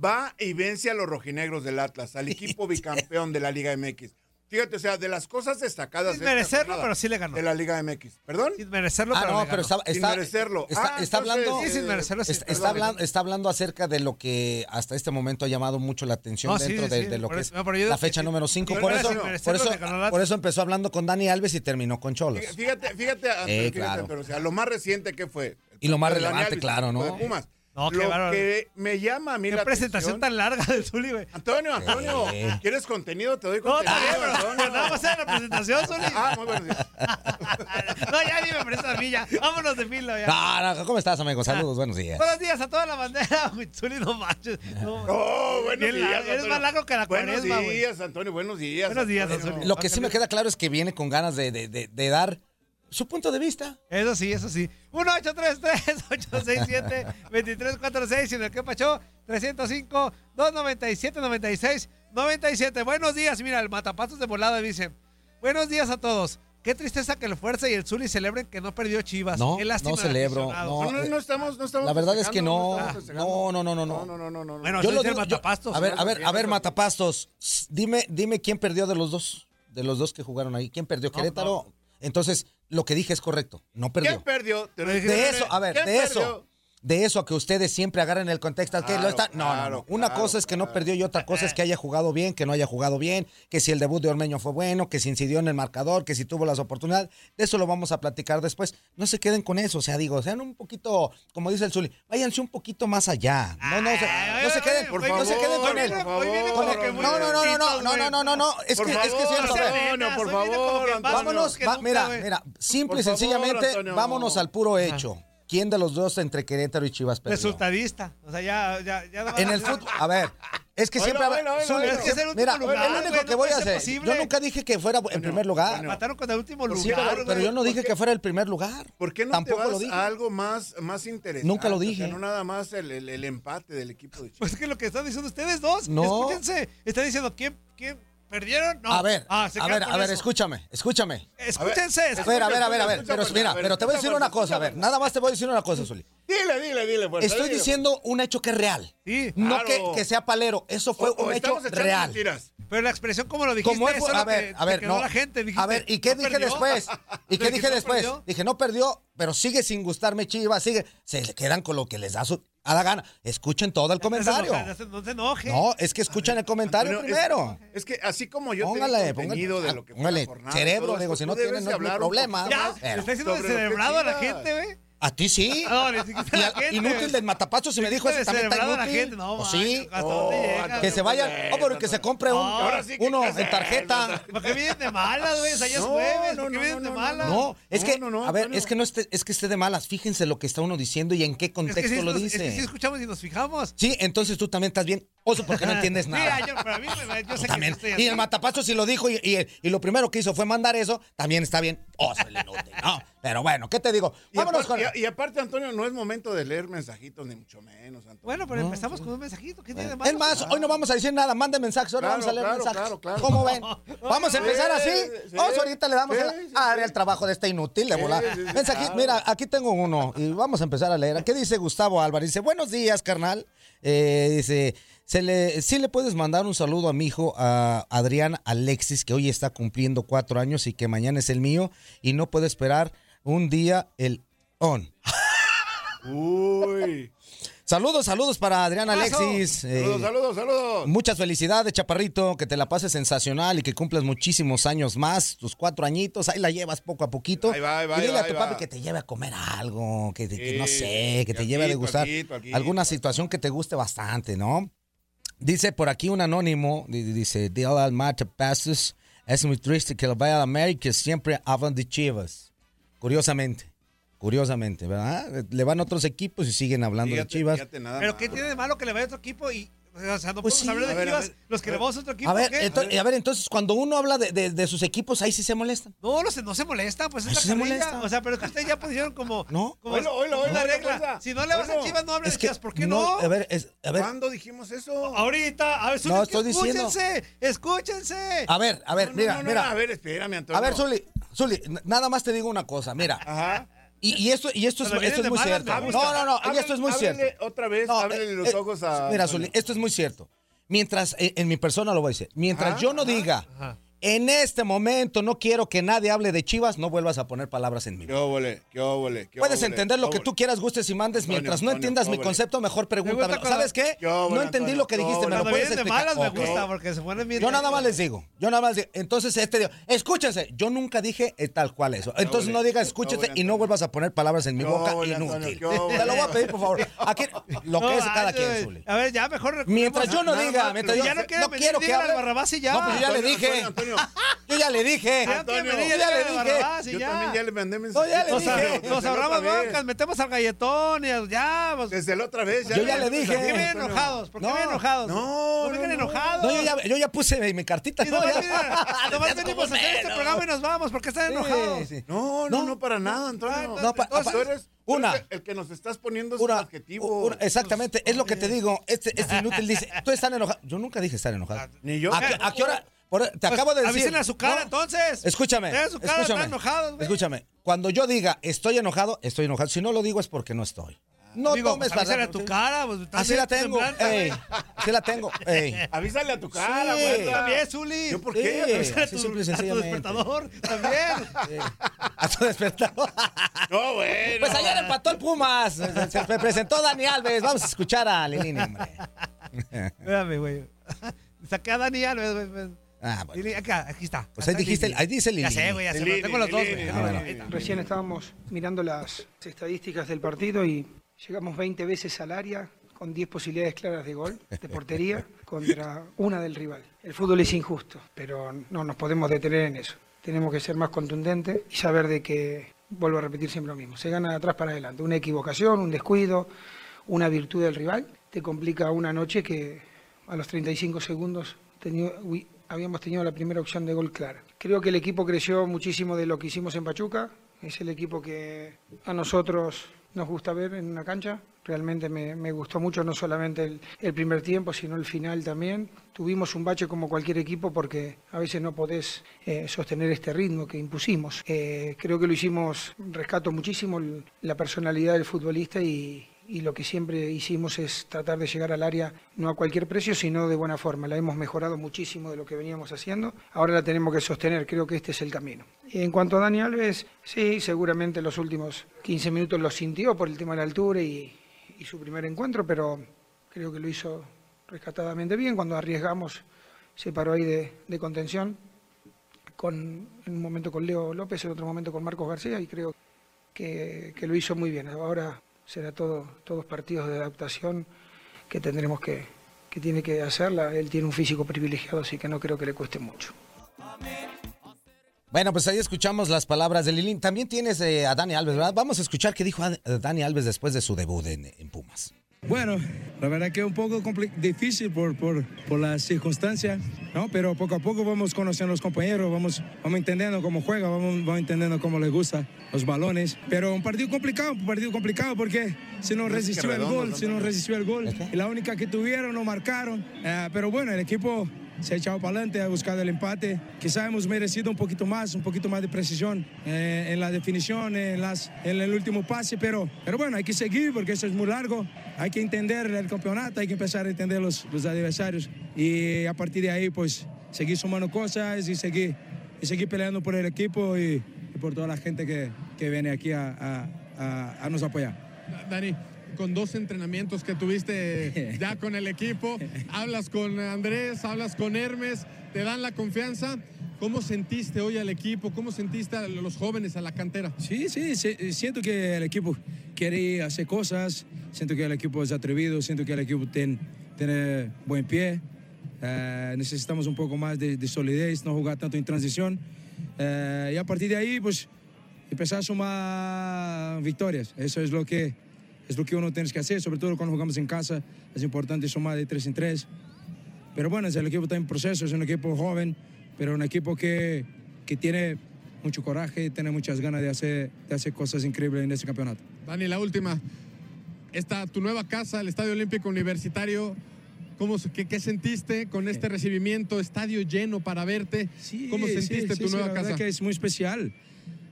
[SPEAKER 7] va y vence a los rojinegros del Atlas, al equipo bicampeón de la Liga MX. Fíjate, o sea, de las cosas destacadas
[SPEAKER 5] Sin
[SPEAKER 7] de esta
[SPEAKER 5] merecerlo,
[SPEAKER 7] jornada
[SPEAKER 5] pero sí le ganó.
[SPEAKER 7] de la Liga MX. ¿Perdón?
[SPEAKER 5] Sin merecerlo,
[SPEAKER 4] Ah,
[SPEAKER 5] pero
[SPEAKER 4] no,
[SPEAKER 5] le
[SPEAKER 4] pero
[SPEAKER 5] ganó.
[SPEAKER 4] está,
[SPEAKER 7] Sin
[SPEAKER 4] está-
[SPEAKER 7] merecerlo.
[SPEAKER 4] está-
[SPEAKER 7] Ah,
[SPEAKER 4] está hablando.
[SPEAKER 7] entonces,
[SPEAKER 5] Sí, sin
[SPEAKER 7] eh,
[SPEAKER 5] merecerlo, sí.
[SPEAKER 4] Está,
[SPEAKER 5] perdón, le
[SPEAKER 4] está
[SPEAKER 5] ganó.
[SPEAKER 4] hablando, está hablando acerca de lo que hasta este momento ha llamado mucho la atención
[SPEAKER 5] No, sí,
[SPEAKER 4] dentro
[SPEAKER 5] sí,
[SPEAKER 4] de,
[SPEAKER 5] sí,
[SPEAKER 4] de lo
[SPEAKER 5] por
[SPEAKER 4] que
[SPEAKER 5] eso-
[SPEAKER 4] es
[SPEAKER 5] no, pero yo digo
[SPEAKER 4] la
[SPEAKER 5] que
[SPEAKER 4] fecha
[SPEAKER 5] sí,
[SPEAKER 4] número 5.
[SPEAKER 5] sin
[SPEAKER 4] Por eso,
[SPEAKER 5] merecerlo, sin
[SPEAKER 4] por, eso,
[SPEAKER 5] merecerlo, le ganó el
[SPEAKER 4] por eso empezó hablando con Dani Alves y terminó con Cholos.
[SPEAKER 7] Fíjate, fíjate, Antonio, fíjate,
[SPEAKER 4] Pues. Eh, claro.
[SPEAKER 7] Antonio, o sea, lo más reciente que fue.
[SPEAKER 4] Y lo más
[SPEAKER 7] El de Dani
[SPEAKER 4] relevante,
[SPEAKER 7] Alves,
[SPEAKER 4] claro,
[SPEAKER 7] el
[SPEAKER 4] ¿no?
[SPEAKER 7] de Pumas.
[SPEAKER 5] No, qué
[SPEAKER 7] lo
[SPEAKER 5] bárbaro.
[SPEAKER 7] que me llama a mí
[SPEAKER 5] Qué
[SPEAKER 7] la
[SPEAKER 5] presentación tan
[SPEAKER 7] atención-
[SPEAKER 5] larga del Zuli, güey.
[SPEAKER 7] Antonio, Antonio,
[SPEAKER 4] Sí.
[SPEAKER 7] ¿quieres contenido? Te doy
[SPEAKER 5] No,
[SPEAKER 7] contenido,
[SPEAKER 5] está bien, pero
[SPEAKER 7] Ah, Antonio.
[SPEAKER 5] nada más era la presentación, Zuli.
[SPEAKER 7] Ah, muy buenos días.
[SPEAKER 5] No, ya ni me prestas a mí, ya. Vámonos de filo, ya.
[SPEAKER 4] Ah, no, ¿Cómo estás, amigo? Saludos, buenos días.
[SPEAKER 5] Buenos días a toda la bandera, güey. Zuli, no manches. No,
[SPEAKER 7] Oh, buenos
[SPEAKER 5] Bien
[SPEAKER 7] días,
[SPEAKER 5] largo, eres
[SPEAKER 7] Antonio.
[SPEAKER 5] más largo que la
[SPEAKER 7] Buenos
[SPEAKER 5] cuaresma, güey.
[SPEAKER 7] días, Antonio, buenos días.
[SPEAKER 5] Buenos días, Antonio.
[SPEAKER 4] Lo que sí me queda claro es que viene con ganas de, de- de- de dar su punto de vista.
[SPEAKER 5] Eso sí, eso sí. 1-833-867-2346 y en el que pachó 305-297-96-97. Buenos días, mira, el matapatos de volada dice. Buenos días a todos. Qué tristeza que el Fuerza y el Zuli celebren que no perdió Chivas.
[SPEAKER 4] No,
[SPEAKER 5] Qué lástima
[SPEAKER 4] no
[SPEAKER 5] del
[SPEAKER 4] celebro,
[SPEAKER 5] aficionado.
[SPEAKER 7] No, no, no estamos, no estamos
[SPEAKER 4] La verdad es que no.
[SPEAKER 7] festejando,
[SPEAKER 4] No, no, no, no,
[SPEAKER 7] No,
[SPEAKER 4] no.
[SPEAKER 7] no, no, no, no.
[SPEAKER 5] Bueno,
[SPEAKER 4] Yo
[SPEAKER 5] eso
[SPEAKER 4] lo
[SPEAKER 5] dice el
[SPEAKER 4] digo, yo-
[SPEAKER 5] matapastos.
[SPEAKER 4] a ver, a ver,
[SPEAKER 7] Fernando,
[SPEAKER 4] a ver,
[SPEAKER 7] Fernando.
[SPEAKER 4] Matapastos. s- Dime, dime quién perdió de los dos. De los dos que jugaron ahí. ¿Quién perdió? Querétaro. Entonces, lo que dije es correcto. No perdió.
[SPEAKER 7] ¿Quién perdió? Te lo dije.
[SPEAKER 4] De eso, a ver,
[SPEAKER 7] ¿Quién
[SPEAKER 4] de
[SPEAKER 7] perdió?
[SPEAKER 4] eso. De eso a que ustedes siempre agarren el contexto. que
[SPEAKER 7] Claro,
[SPEAKER 4] lo está- no, no, no.
[SPEAKER 7] claro,
[SPEAKER 4] Una
[SPEAKER 7] claro,
[SPEAKER 4] cosa es que no
[SPEAKER 7] claro.
[SPEAKER 4] perdió y otra cosa es que haya jugado bien, que no haya jugado bien, que si el debut de Ormeño fue bueno, que si incidió en el marcador, que si tuvo las oportunidades. De eso lo vamos a platicar después. No se queden con eso. O sea, digo, sean un poquito, como dice el Zuli, váyanse un poquito más allá. No, no, se, no se queden,
[SPEAKER 7] por
[SPEAKER 4] no se queden con
[SPEAKER 7] favor,
[SPEAKER 4] él.
[SPEAKER 7] por
[SPEAKER 5] Hoy viene
[SPEAKER 4] Con
[SPEAKER 7] favor,
[SPEAKER 4] el-
[SPEAKER 7] hombre.
[SPEAKER 4] no, no, no, no, no, no, no, no, no, no. Es
[SPEAKER 7] Por
[SPEAKER 4] que, es que
[SPEAKER 7] favor,
[SPEAKER 4] siempre-
[SPEAKER 7] Antonio, por favor,
[SPEAKER 4] Vámonos, va- mira, mira, simple y
[SPEAKER 7] Por favor,
[SPEAKER 4] sencillamente,
[SPEAKER 7] Antonio.
[SPEAKER 4] vámonos al puro hecho. ¿Quién de los dos entre Querétaro y Chivas perdió?
[SPEAKER 5] Resultadista. O sea, ya, ya, ya.
[SPEAKER 4] En el fútbol, a ver, es que
[SPEAKER 7] Oílo,
[SPEAKER 4] siempre...
[SPEAKER 7] oílo, oílo,
[SPEAKER 4] Zuli,
[SPEAKER 7] oílo. Es que
[SPEAKER 5] es el último
[SPEAKER 4] mira,
[SPEAKER 5] lugar,
[SPEAKER 4] el único
[SPEAKER 5] güey,
[SPEAKER 4] que
[SPEAKER 5] no
[SPEAKER 4] voy a
[SPEAKER 5] puede ser
[SPEAKER 4] hacer, yo
[SPEAKER 5] posible.
[SPEAKER 4] nunca dije que fuera en primer lugar.
[SPEAKER 5] Mataron con el último
[SPEAKER 4] Pues Sí,
[SPEAKER 5] lugar,
[SPEAKER 4] pero, pero
[SPEAKER 5] güey.
[SPEAKER 4] yo no dije que fuera el primer lugar.
[SPEAKER 7] ¿Por qué no
[SPEAKER 4] Tampoco
[SPEAKER 7] te vas
[SPEAKER 4] lo dije.
[SPEAKER 7] a algo más, más interesante?
[SPEAKER 4] Nunca lo
[SPEAKER 7] O sea,
[SPEAKER 4] dije.
[SPEAKER 7] no nada más el, el- el empate del equipo de Chivas.
[SPEAKER 5] Pues que lo que están diciendo ustedes dos.
[SPEAKER 4] No.
[SPEAKER 5] Escúchense. Están diciendo, ¿quién, quién perdieron? No.
[SPEAKER 4] A ver,
[SPEAKER 5] Ah, se
[SPEAKER 4] a
[SPEAKER 5] quedan
[SPEAKER 4] ver,
[SPEAKER 5] con
[SPEAKER 4] a ver,
[SPEAKER 5] eso.
[SPEAKER 4] escúchame, escúchame.
[SPEAKER 5] Escúchense.
[SPEAKER 4] A ver, a ver, a ver, a ver,
[SPEAKER 7] escucha,
[SPEAKER 4] pero
[SPEAKER 7] escucha,
[SPEAKER 4] mira,
[SPEAKER 7] a ver,
[SPEAKER 4] pero te voy a
[SPEAKER 7] escucha,
[SPEAKER 4] decir una
[SPEAKER 7] escucha,
[SPEAKER 4] cosa, a ver,
[SPEAKER 7] escucha.
[SPEAKER 4] nada más te voy a decir una cosa, Zuli.
[SPEAKER 7] Dile, dile, dile. fuerza,
[SPEAKER 4] Estoy
[SPEAKER 7] dile.
[SPEAKER 4] diciendo un hecho que es real.
[SPEAKER 5] Sí.
[SPEAKER 4] No que,
[SPEAKER 7] Claro.
[SPEAKER 4] que sea palero, eso fue
[SPEAKER 7] O- o
[SPEAKER 4] un hecho
[SPEAKER 7] estamos echando
[SPEAKER 4] real.
[SPEAKER 7] mentiras.
[SPEAKER 5] Pero la expresión, como lo dijiste,
[SPEAKER 4] Como es,
[SPEAKER 5] eso es
[SPEAKER 4] a
[SPEAKER 5] lo que
[SPEAKER 4] ver, a
[SPEAKER 5] te
[SPEAKER 4] ver,
[SPEAKER 5] quedó
[SPEAKER 4] no.
[SPEAKER 5] la gente. dijiste,
[SPEAKER 4] a ver, ¿y qué
[SPEAKER 5] ¿no
[SPEAKER 4] dije
[SPEAKER 5] perdió?
[SPEAKER 4] después? ¿Y qué
[SPEAKER 5] Pero
[SPEAKER 4] dije
[SPEAKER 5] no
[SPEAKER 4] después?
[SPEAKER 5] perdió.
[SPEAKER 4] Dije, no perdió, pero sigue sin gustarme Chivas, sigue. Se le quedan con lo que les da su, a la gana. Escuchen todo
[SPEAKER 5] No
[SPEAKER 4] el
[SPEAKER 5] se
[SPEAKER 4] comentario.
[SPEAKER 5] enoje, No se, no se enoje.
[SPEAKER 4] No, es que escuchen el comentario
[SPEAKER 7] Antonio,
[SPEAKER 4] primero.
[SPEAKER 7] Es, es que así como yo
[SPEAKER 4] Póngale,
[SPEAKER 7] tengo
[SPEAKER 4] póngale,
[SPEAKER 7] contenido de lo que fue
[SPEAKER 4] póngale
[SPEAKER 7] la jornada,
[SPEAKER 4] cerebro,
[SPEAKER 7] todo
[SPEAKER 4] digo,
[SPEAKER 7] esto,
[SPEAKER 4] si no
[SPEAKER 7] tú debes
[SPEAKER 4] tienen, no
[SPEAKER 7] de
[SPEAKER 4] es mi
[SPEAKER 7] hablar un
[SPEAKER 4] problema.
[SPEAKER 7] poquito
[SPEAKER 5] Ya,
[SPEAKER 7] más
[SPEAKER 5] le está diciendo
[SPEAKER 7] sobre lo que
[SPEAKER 5] descerebrado a la
[SPEAKER 7] Chivas.
[SPEAKER 5] gente, güey.
[SPEAKER 4] ¿A ti sí?
[SPEAKER 5] No, ni siquiera
[SPEAKER 4] Y
[SPEAKER 5] la
[SPEAKER 4] al-
[SPEAKER 5] gente.
[SPEAKER 4] Inútil del matapacho, si me dijo eso también está
[SPEAKER 5] Descerebrado
[SPEAKER 4] inútil.
[SPEAKER 5] la gente, no,
[SPEAKER 4] Pues
[SPEAKER 5] manches,
[SPEAKER 4] sí.
[SPEAKER 5] ¿hasta dónde
[SPEAKER 6] Oh,
[SPEAKER 5] llegas?
[SPEAKER 4] Que se vayan, oh, pero que se compre un,
[SPEAKER 5] Ahora
[SPEAKER 1] sí que
[SPEAKER 4] uno
[SPEAKER 1] qué
[SPEAKER 4] en tarjeta.
[SPEAKER 5] ¿Por qué vienen de malas, güey? Allá es jueves, ¿por qué vienen de malas?
[SPEAKER 4] No, es
[SPEAKER 6] No,
[SPEAKER 4] que,
[SPEAKER 6] no, no,
[SPEAKER 4] a ver,
[SPEAKER 6] Antonio.
[SPEAKER 4] es que no esté, es que esté de malas. Fíjense lo que está uno diciendo y en qué
[SPEAKER 5] es que sí
[SPEAKER 4] contexto lo
[SPEAKER 5] nos-
[SPEAKER 4] dice.
[SPEAKER 5] Es que sí escuchamos y nos fijamos.
[SPEAKER 4] Sí, entonces tú también estás bien oso porque no entiendes nada.
[SPEAKER 5] Mira, yo, para mí, me- yo
[SPEAKER 4] Tú
[SPEAKER 5] sé que
[SPEAKER 4] también.
[SPEAKER 5] estoy
[SPEAKER 4] Y
[SPEAKER 5] así.
[SPEAKER 4] el matapacho si lo dijo y, y- y lo primero que hizo fue mandar eso, también está bien Oh, oso el inútil, ¿no? Pero bueno, ¿qué te digo?
[SPEAKER 6] Y
[SPEAKER 4] Vámonos con...
[SPEAKER 6] aparte, y- y aparte, Antonio, no es momento de leer mensajitos, ni mucho menos, Antonio.
[SPEAKER 5] Bueno, pero empezamos
[SPEAKER 4] pues,
[SPEAKER 5] con un mensajito. ¿Qué tiene de malo?
[SPEAKER 4] Es más, hoy no vamos a decir nada, manden mensajes, ahora
[SPEAKER 6] Claro,
[SPEAKER 4] vamos a leer
[SPEAKER 6] claro,
[SPEAKER 4] mensajes.
[SPEAKER 6] claro, claro.
[SPEAKER 4] ¿Cómo ven? Vamos a empezar
[SPEAKER 6] Sí,
[SPEAKER 4] así.
[SPEAKER 6] sí,
[SPEAKER 4] vamos, ahorita le damos
[SPEAKER 6] sí,
[SPEAKER 4] el-
[SPEAKER 6] sí,
[SPEAKER 4] ah, el trabajo de este inútil de volar.
[SPEAKER 6] sí, sí,
[SPEAKER 4] Mensaje-
[SPEAKER 6] claro.
[SPEAKER 4] mira, aquí tengo uno y vamos a empezar a leer. ¿Qué dice Gustavo Álvarez? Dice, buenos días, carnal. Eh, dice, se le, sí le puedes mandar un saludo a mi hijo, a Adrián Alexis, que hoy está cumpliendo cuatro años y que mañana es el mío y no puede esperar un día el on.
[SPEAKER 6] Uy.
[SPEAKER 4] Saludos, saludos para Adrián Alexis. Eh,
[SPEAKER 6] Saludos, saludos, saludos.
[SPEAKER 4] Muchas felicidades, Chaparrito, que te la pases sensacional y que cumplas muchísimos años más, tus cuatro añitos, ahí la llevas poco a poquito.
[SPEAKER 6] Ahí va, ahí va,
[SPEAKER 4] y dile
[SPEAKER 6] ahí va,
[SPEAKER 4] a tu
[SPEAKER 6] ahí
[SPEAKER 4] papi
[SPEAKER 6] va.
[SPEAKER 4] que te lleve a comer algo, que, que
[SPEAKER 6] Sí,
[SPEAKER 4] no sé, que te lleve a
[SPEAKER 6] taquito,
[SPEAKER 4] degustar
[SPEAKER 6] taquito, taquito.
[SPEAKER 4] alguna situación que te guste bastante, ¿no? Dice por aquí un anónimo, di- di- dice, Día al mate pases, es muy triste que la vaya a América siempre hablan de Chivas. Curiosamente, curiosamente, ¿verdad? Le van a otros equipos y siguen hablando de
[SPEAKER 6] Fíjate,
[SPEAKER 4] Chivas.
[SPEAKER 6] fíjate nada
[SPEAKER 5] Pero
[SPEAKER 6] más.
[SPEAKER 5] ¿qué tiene de malo que le vaya a otro equipo y. O sea, no podemos
[SPEAKER 4] Pues sí.
[SPEAKER 5] hablar
[SPEAKER 6] A
[SPEAKER 5] de
[SPEAKER 6] ver, a
[SPEAKER 5] Chivas,
[SPEAKER 6] ver,
[SPEAKER 5] los que le vamos a otro equipo.
[SPEAKER 4] A ver,
[SPEAKER 5] ¿qué?
[SPEAKER 4] ento- a ver, entonces cuando uno habla de, de- de sus equipos, ahí sí se molestan.
[SPEAKER 5] No, los, no se molestan, pues es
[SPEAKER 4] Ay,
[SPEAKER 5] la
[SPEAKER 4] sí se
[SPEAKER 5] carrilla.
[SPEAKER 4] molesta.
[SPEAKER 5] O sea, pero es que ustedes ya pusieron como,
[SPEAKER 4] No.
[SPEAKER 5] como
[SPEAKER 6] Oilo, oilo,
[SPEAKER 5] una
[SPEAKER 6] oilo,
[SPEAKER 5] regla.
[SPEAKER 6] fuerza.
[SPEAKER 5] Si no le vas
[SPEAKER 6] Oilo.
[SPEAKER 5] a Chivas, no hables
[SPEAKER 4] Es
[SPEAKER 5] de
[SPEAKER 4] que
[SPEAKER 5] Chivas. ¿Por qué no?
[SPEAKER 4] A ver, es- a ver,
[SPEAKER 6] ¿Cuándo dijimos eso?
[SPEAKER 5] Ahorita, a ver, Zuli,
[SPEAKER 4] No, estoy diciendo- Ah,
[SPEAKER 5] escúchense, escúchense.
[SPEAKER 4] a ver, a ver,
[SPEAKER 6] No, no,
[SPEAKER 4] mira,
[SPEAKER 6] no, no,
[SPEAKER 4] mira.
[SPEAKER 6] A ver, espérame, Antonio.
[SPEAKER 4] a ver, Zuli, Zuli, n- nada más te digo una cosa, mira.
[SPEAKER 6] Ajá.
[SPEAKER 4] Y, y esto, y esto es,
[SPEAKER 5] Pero vienen
[SPEAKER 4] esto es
[SPEAKER 5] de
[SPEAKER 4] muy
[SPEAKER 5] malas,
[SPEAKER 4] cierto.
[SPEAKER 5] me
[SPEAKER 4] No,
[SPEAKER 5] gusta.
[SPEAKER 4] no, no, y esto es muy
[SPEAKER 6] Ábrele-
[SPEAKER 4] cierto.
[SPEAKER 6] ábrele Otra vez,
[SPEAKER 4] No,
[SPEAKER 6] ábrele
[SPEAKER 4] eh,
[SPEAKER 6] los
[SPEAKER 4] eh,
[SPEAKER 6] ojos a.
[SPEAKER 4] Mira,
[SPEAKER 6] Antonio.
[SPEAKER 4] Zuli, esto es muy cierto. Mientras, eh, en mi persona lo voy a decir, mientras
[SPEAKER 6] Ajá,
[SPEAKER 4] yo no
[SPEAKER 6] ajá,
[SPEAKER 4] diga, en este momento no quiero que nadie hable de Chivas, no vuelvas a poner palabras en mí.
[SPEAKER 6] Qué óvole, qué óvole, qué
[SPEAKER 4] Puedes
[SPEAKER 6] óvole,
[SPEAKER 4] entender lo
[SPEAKER 6] qué
[SPEAKER 4] que
[SPEAKER 6] óvole.
[SPEAKER 4] tú quieras, gustes y mandes.
[SPEAKER 6] Antonio,
[SPEAKER 4] Mientras no
[SPEAKER 6] Antonio,
[SPEAKER 4] entiendas mi
[SPEAKER 6] óvole.
[SPEAKER 4] concepto, mejor
[SPEAKER 5] Me
[SPEAKER 4] pregúntame.
[SPEAKER 5] gusta
[SPEAKER 4] ¿Sabes qué?
[SPEAKER 6] Qué óvole,
[SPEAKER 4] No entendí
[SPEAKER 6] Antonio,
[SPEAKER 4] lo que
[SPEAKER 6] qué
[SPEAKER 4] dijiste, me
[SPEAKER 6] óvole.
[SPEAKER 4] lo
[SPEAKER 5] Cuando
[SPEAKER 4] puedes
[SPEAKER 5] vienen de
[SPEAKER 4] explicar.
[SPEAKER 5] malas me
[SPEAKER 4] Ok.
[SPEAKER 5] gusta porque se ponen bien.
[SPEAKER 4] Yo nada
[SPEAKER 5] ridículos.
[SPEAKER 4] más les digo, yo nada más digo. Entonces este digo, escúchense, yo nunca dije eh, tal cual eso. Entonces
[SPEAKER 6] óvole.
[SPEAKER 4] no digas
[SPEAKER 6] Qué
[SPEAKER 4] escúchense
[SPEAKER 6] óvole,
[SPEAKER 4] y no
[SPEAKER 6] Antonio.
[SPEAKER 4] vuelvas a poner palabras en mi
[SPEAKER 6] Qué
[SPEAKER 4] boca
[SPEAKER 6] óvole, Antonio,
[SPEAKER 4] inútil.
[SPEAKER 6] qué óvole.
[SPEAKER 4] Te lo voy a pedir, por favor. Aquí, lo que es
[SPEAKER 5] No,
[SPEAKER 4] cada
[SPEAKER 5] ay,
[SPEAKER 4] quien,
[SPEAKER 5] güey.
[SPEAKER 4] Zuli.
[SPEAKER 5] A ver, ya mejor. recordemos-
[SPEAKER 4] Mientras yo no
[SPEAKER 5] Nada
[SPEAKER 4] diga,
[SPEAKER 5] más,
[SPEAKER 4] mientras
[SPEAKER 5] pero
[SPEAKER 4] yo-
[SPEAKER 5] ya no quiero,
[SPEAKER 4] no quiero que
[SPEAKER 5] que hable
[SPEAKER 4] hable.
[SPEAKER 5] Barrabás y ya.
[SPEAKER 4] No, pues yo ya le
[SPEAKER 6] Antonio,
[SPEAKER 4] dije.
[SPEAKER 6] Antonio,
[SPEAKER 4] Yo ya le dije.
[SPEAKER 5] Ya no quiero
[SPEAKER 6] Antonio,
[SPEAKER 5] venir,
[SPEAKER 4] yo
[SPEAKER 5] ya le dije.
[SPEAKER 6] Yo también ya le mandé
[SPEAKER 4] No,
[SPEAKER 6] mensaje.
[SPEAKER 4] ya le
[SPEAKER 5] Nos,
[SPEAKER 4] dije.
[SPEAKER 5] ahor- nos ahorramos bancas, metemos al galletón y al- ya. pues,
[SPEAKER 6] Desde la otra vez.
[SPEAKER 4] Yo
[SPEAKER 6] le
[SPEAKER 4] ya le
[SPEAKER 6] mandé
[SPEAKER 4] dije.
[SPEAKER 5] ¿Por qué
[SPEAKER 6] mensaje,
[SPEAKER 5] vienen
[SPEAKER 6] Antonio.
[SPEAKER 5] enojados? ¿Por qué
[SPEAKER 4] No,
[SPEAKER 5] vienen enojados?
[SPEAKER 6] no,
[SPEAKER 5] no vengan
[SPEAKER 6] no, no.
[SPEAKER 5] enojados.
[SPEAKER 4] No, yo ya, yo ya puse mi, mi cartita.
[SPEAKER 5] Y
[SPEAKER 4] ¿no?
[SPEAKER 5] nomás,
[SPEAKER 4] Ya.
[SPEAKER 5] mira, nomás venimos a hacer este
[SPEAKER 4] Bueno.
[SPEAKER 5] programa y nos vamos porque están enojados.
[SPEAKER 4] Sí, sí.
[SPEAKER 6] No, no,
[SPEAKER 4] No.
[SPEAKER 6] no, para nada, Antonio.
[SPEAKER 4] No, pa-
[SPEAKER 6] Entonces,
[SPEAKER 4] pa-
[SPEAKER 6] tú eres, tú
[SPEAKER 4] una.
[SPEAKER 6] eres el que nos estás poniendo esos
[SPEAKER 4] Una-
[SPEAKER 6] adjetivos.
[SPEAKER 4] una- exactamente, es lo que te digo. Este, este inútil dice, tú estás enojado. Yo nunca dije estar enojado.
[SPEAKER 5] Ah,
[SPEAKER 6] Ni yo.
[SPEAKER 4] ¿A qué, a qué hora? Por- te acabo de decir.
[SPEAKER 5] Avísenle Pues, a su cara,
[SPEAKER 4] No.
[SPEAKER 5] entonces.
[SPEAKER 4] Escúchame.
[SPEAKER 5] Avísenle a su cara,
[SPEAKER 4] escúchame,
[SPEAKER 5] están enojados, güey.
[SPEAKER 4] Escúchame. Cuando yo diga estoy enojado, estoy enojado. Si no lo digo es porque no estoy. No
[SPEAKER 5] Digo,
[SPEAKER 4] tomes
[SPEAKER 5] pues, avísale a tu cara. Pues, estás
[SPEAKER 4] Así la
[SPEAKER 5] bien tu
[SPEAKER 4] tengo.
[SPEAKER 5] semblante, güey.
[SPEAKER 4] ey, así la tengo. ey.
[SPEAKER 6] Avísale a tu
[SPEAKER 4] cara,
[SPEAKER 6] cara,
[SPEAKER 4] güey.
[SPEAKER 6] güey.
[SPEAKER 4] Sí.
[SPEAKER 5] También, Zuli.
[SPEAKER 6] ¿Yo por
[SPEAKER 4] Sí,
[SPEAKER 6] qué?
[SPEAKER 5] Avísale a
[SPEAKER 4] así
[SPEAKER 5] tu-
[SPEAKER 4] simple y
[SPEAKER 5] a tu
[SPEAKER 4] sencillamente.
[SPEAKER 5] despertador también.
[SPEAKER 4] Sí. A tu despertador.
[SPEAKER 6] No, güey.
[SPEAKER 4] Pues ayer empató el Pumas. Se se presentó Dani Alves. Vamos a escuchar a Lilini, hombre.
[SPEAKER 5] Espérame, güey. Saqué a Dani Alves, güey, güey.
[SPEAKER 4] Ah, bueno.
[SPEAKER 5] Dile, acá, aquí está.
[SPEAKER 4] Pues ahí
[SPEAKER 5] Acá está
[SPEAKER 4] dijiste-
[SPEAKER 5] Lili.
[SPEAKER 4] ahí dice Lili.
[SPEAKER 5] Ya sé, güey, ya sé.
[SPEAKER 6] Lili,
[SPEAKER 5] Tengo los dos,
[SPEAKER 6] Lili,
[SPEAKER 5] güey.
[SPEAKER 6] Lili.
[SPEAKER 5] tengo los dos.
[SPEAKER 6] Ah, bueno.
[SPEAKER 9] Recién estábamos mirando las estadísticas del partido y llegamos 20 veces al área con 10 posibilidades claras de gol, de portería, contra una del rival. El fútbol es injusto, pero no nos podemos detener en eso. Tenemos que ser más contundentes y saber de que, vuelvo a repetir siempre lo mismo, se gana de atrás para adelante. Una equivocación, un descuido, una virtud del rival, te complica una noche que a los 35 segundos teni- hui- habíamos tenido la primera opción de gol clara. Creo que el equipo creció muchísimo de lo que hicimos en Pachuca. Es el equipo que a nosotros nos gusta ver en una cancha. Realmente me, me gustó mucho, no solamente el, el primer tiempo, sino el final también. Tuvimos un bache como cualquier equipo porque a veces no podés eh, sostener este ritmo que impusimos. Eh, creo que lo hicimos, rescato muchísimo el- la personalidad del futbolista y, y lo que siempre hicimos es tratar de llegar al área no a cualquier precio, sino de buena forma. La hemos mejorado muchísimo de lo que veníamos haciendo. Ahora la tenemos que sostener, creo que este es el camino. Y en cuanto a Dani Alves, sí, seguramente los últimos 15 minutos lo sintió por el tema de la altura y, y su primer encuentro, pero creo que lo hizo rescatadamente bien. Cuando arriesgamos, se paró ahí de, de contención, con, en un momento con Leo López, en otro momento con Marcos García, y creo
[SPEAKER 10] que, que lo hizo muy bien. Ahora será todo, todos partidos de adaptación que tendremos que, que tiene que hacerla. Él tiene un físico privilegiado, así que no creo que le cueste mucho.
[SPEAKER 4] Bueno, pues ahí escuchamos las palabras de Lilín. También tienes eh, a Dani Alves, ¿verdad? Vamos a escuchar qué dijo a- a Dani Alves después de su debut en, en Pumas.
[SPEAKER 9] Bueno, la verdad que es un poco compli- difícil por, por, por las circunstancias, ¿no? Pero poco a poco vamos conociendo a los compañeros, vamos, vamos entendiendo cómo juega, vamos, vamos entendiendo cómo les gusta los balones. Pero un partido complicado, un partido complicado porque si no
[SPEAKER 11] Es que
[SPEAKER 9] resistió el
[SPEAKER 11] redondo,
[SPEAKER 9] gol,
[SPEAKER 11] ¿no?
[SPEAKER 9] si no resistió el gol,
[SPEAKER 4] Ajá.
[SPEAKER 9] y la única que tuvieron no marcaron. Ah, pero bueno, el equipo se ha echado para adelante, ha buscado el empate. Quizá hemos merecido un poquito más, un poquito más de precisión eh, en la definición, en, las, en el último pase, pero, pero bueno, hay que seguir porque eso es muy largo. Hay que entender el campeonato, hay que empezar a entender los, los adversarios y a partir de ahí, pues, seguir sumando cosas y seguir, y seguir peleando por el equipo y, y por toda la gente que, que viene aquí a- a- a- a nos apoyar.
[SPEAKER 7] Dani, con dos entrenamientos que tuviste ya con el equipo, hablas con Andrés, hablas con Hermes, te dan la confianza. ¿Cómo sentiste hoy al equipo? ¿Cómo sentiste a los jóvenes, a la cantera?
[SPEAKER 9] Sí, sí, sí, siento que el equipo quiere hacer cosas, siento que el equipo es atrevido, siento que el equipo ten- tiene buen pie. Eh, necesitamos un poco más de, de solidez, no jugar tanto en transición. Eh, y a partir de ahí, pues, empezar a sumar victorias. Eso es lo que, es lo que uno tiene que hacer, sobre todo cuando jugamos en casa. Es importante sumar de tres en tres. Pero bueno, es el equipo está en proceso, es un equipo joven, pero un equipo que, que tiene mucho coraje, tiene muchas ganas de hacer, de hacer cosas increíbles en este campeonato.
[SPEAKER 7] Dani, la última. Esta, tu nueva casa, el Estadio Olímpico Universitario. ¿Cómo, se- qué, qué sentiste con este recibimiento? Estadio lleno para verte. ¿Cómo sentiste tu nueva
[SPEAKER 9] la verdad
[SPEAKER 7] casa?
[SPEAKER 9] que es muy especial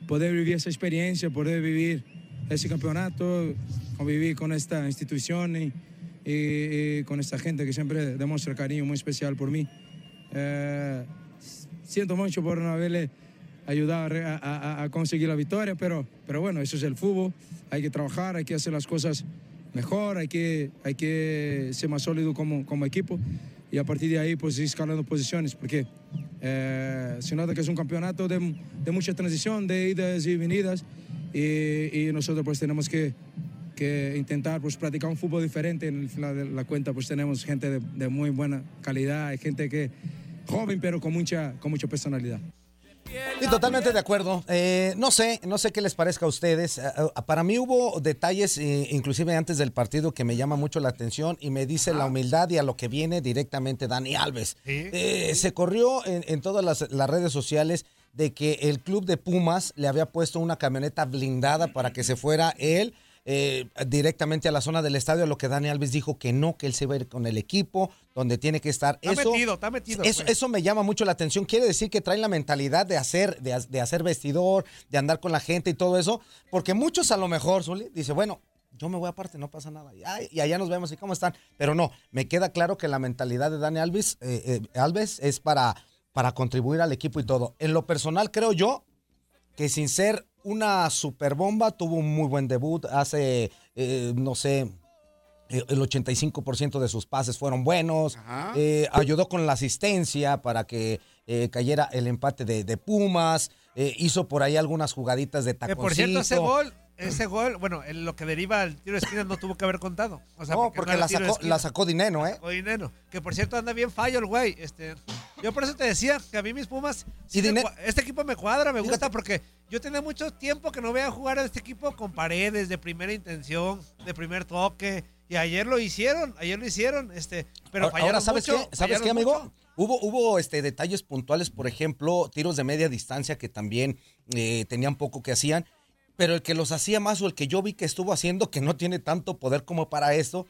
[SPEAKER 9] poder vivir esa experiencia, poder vivir ese campeonato, convivir con esta institución y, y- y con esta gente que siempre demuestra cariño muy especial por mí. Eh, siento mucho por no haberle ayudado a re- a, a- a conseguir la victoria, pero, pero bueno, eso es el fútbol. Hay que trabajar, hay que hacer las cosas mejor, hay que, hay que ser más sólido como, como equipo y a partir de ahí pues ir escalando posiciones, porque eh, se nota que es un campeonato de, de mucha transición, de idas y venidas y, y nosotros pues tenemos que, que intentar pues practicar un fútbol diferente. En el final de la cuenta pues tenemos gente de, de muy buena calidad, hay gente que joven pero con mucha, con mucha personalidad.
[SPEAKER 4] Y totalmente de acuerdo. Eh, no sé, no sé qué les parezca a ustedes. Ah, ah, Para mí hubo detalles, eh, inclusive antes del partido, que me llama mucho la atención y me dice la humildad y a lo que viene directamente Dani Alves. Eh, se corrió en, en todas las, las redes sociales de que el club de Pumas le había puesto una camioneta blindada para que se fuera él. eh, directamente a la zona del estadio, a lo que Dani Alves dijo que no, que él se va a ir con el equipo, donde tiene que estar.
[SPEAKER 5] Está metido, está metido,
[SPEAKER 4] Eso,
[SPEAKER 5] pues.
[SPEAKER 4] eso me llama mucho la atención. Quiere decir que traen la mentalidad de hacer, de, ha- de hacer vestidor, de andar con la gente y todo eso. Porque muchos a lo mejor, Zuli, dice, bueno, yo me voy aparte, no pasa nada. Y, ay, y allá nos vemos y cómo están. Pero no, me queda claro que la mentalidad de Dani Alves, eh, eh, Alves es para, para contribuir al equipo y todo. En lo personal, creo yo que sin ser una superbomba, tuvo un muy buen debut. Hace, eh, no sé, eh, el 85% de sus pases fueron buenos.
[SPEAKER 11] Ajá.
[SPEAKER 4] Eh, ayudó con la asistencia para que eh, cayera el empate de, de Pumas. Eh, hizo por ahí algunas jugaditas de
[SPEAKER 5] Que
[SPEAKER 4] taconcito.
[SPEAKER 5] por cierto, ese gol, ese gol, bueno, en lo que deriva el tiro de esquina no tuvo que haber contado. O sea,
[SPEAKER 4] no, porque
[SPEAKER 5] era
[SPEAKER 4] la
[SPEAKER 5] tiro de
[SPEAKER 4] sacó,
[SPEAKER 5] esquina.
[SPEAKER 4] la sacó dinero, ¿eh?
[SPEAKER 5] O dinero. Que por cierto anda bien fallo el güey. Este, yo por eso te decía que a mí mis Pumas. sí
[SPEAKER 4] Y
[SPEAKER 5] me
[SPEAKER 4] Dine-
[SPEAKER 5] cua- este equipo me cuadra, me gusta
[SPEAKER 4] Fíjate.
[SPEAKER 5] porque yo tenía mucho tiempo que no veía jugar a este equipo con paredes de primera intención, de primer toque. Y ayer lo hicieron, ayer lo hicieron. Este, pero
[SPEAKER 4] ahora,
[SPEAKER 5] fallaron
[SPEAKER 4] ahora, ¿sabes
[SPEAKER 5] mucho,
[SPEAKER 4] qué? ¿Sabes
[SPEAKER 5] fallaron
[SPEAKER 4] qué, amigo?
[SPEAKER 5] mucho.
[SPEAKER 4] Hubo, hubo este, detalles puntuales, por ejemplo, tiros de media distancia que también eh, tenían poco que hacían, pero el que los hacía más o el que yo vi que estuvo haciendo, que no tiene tanto poder como para esto,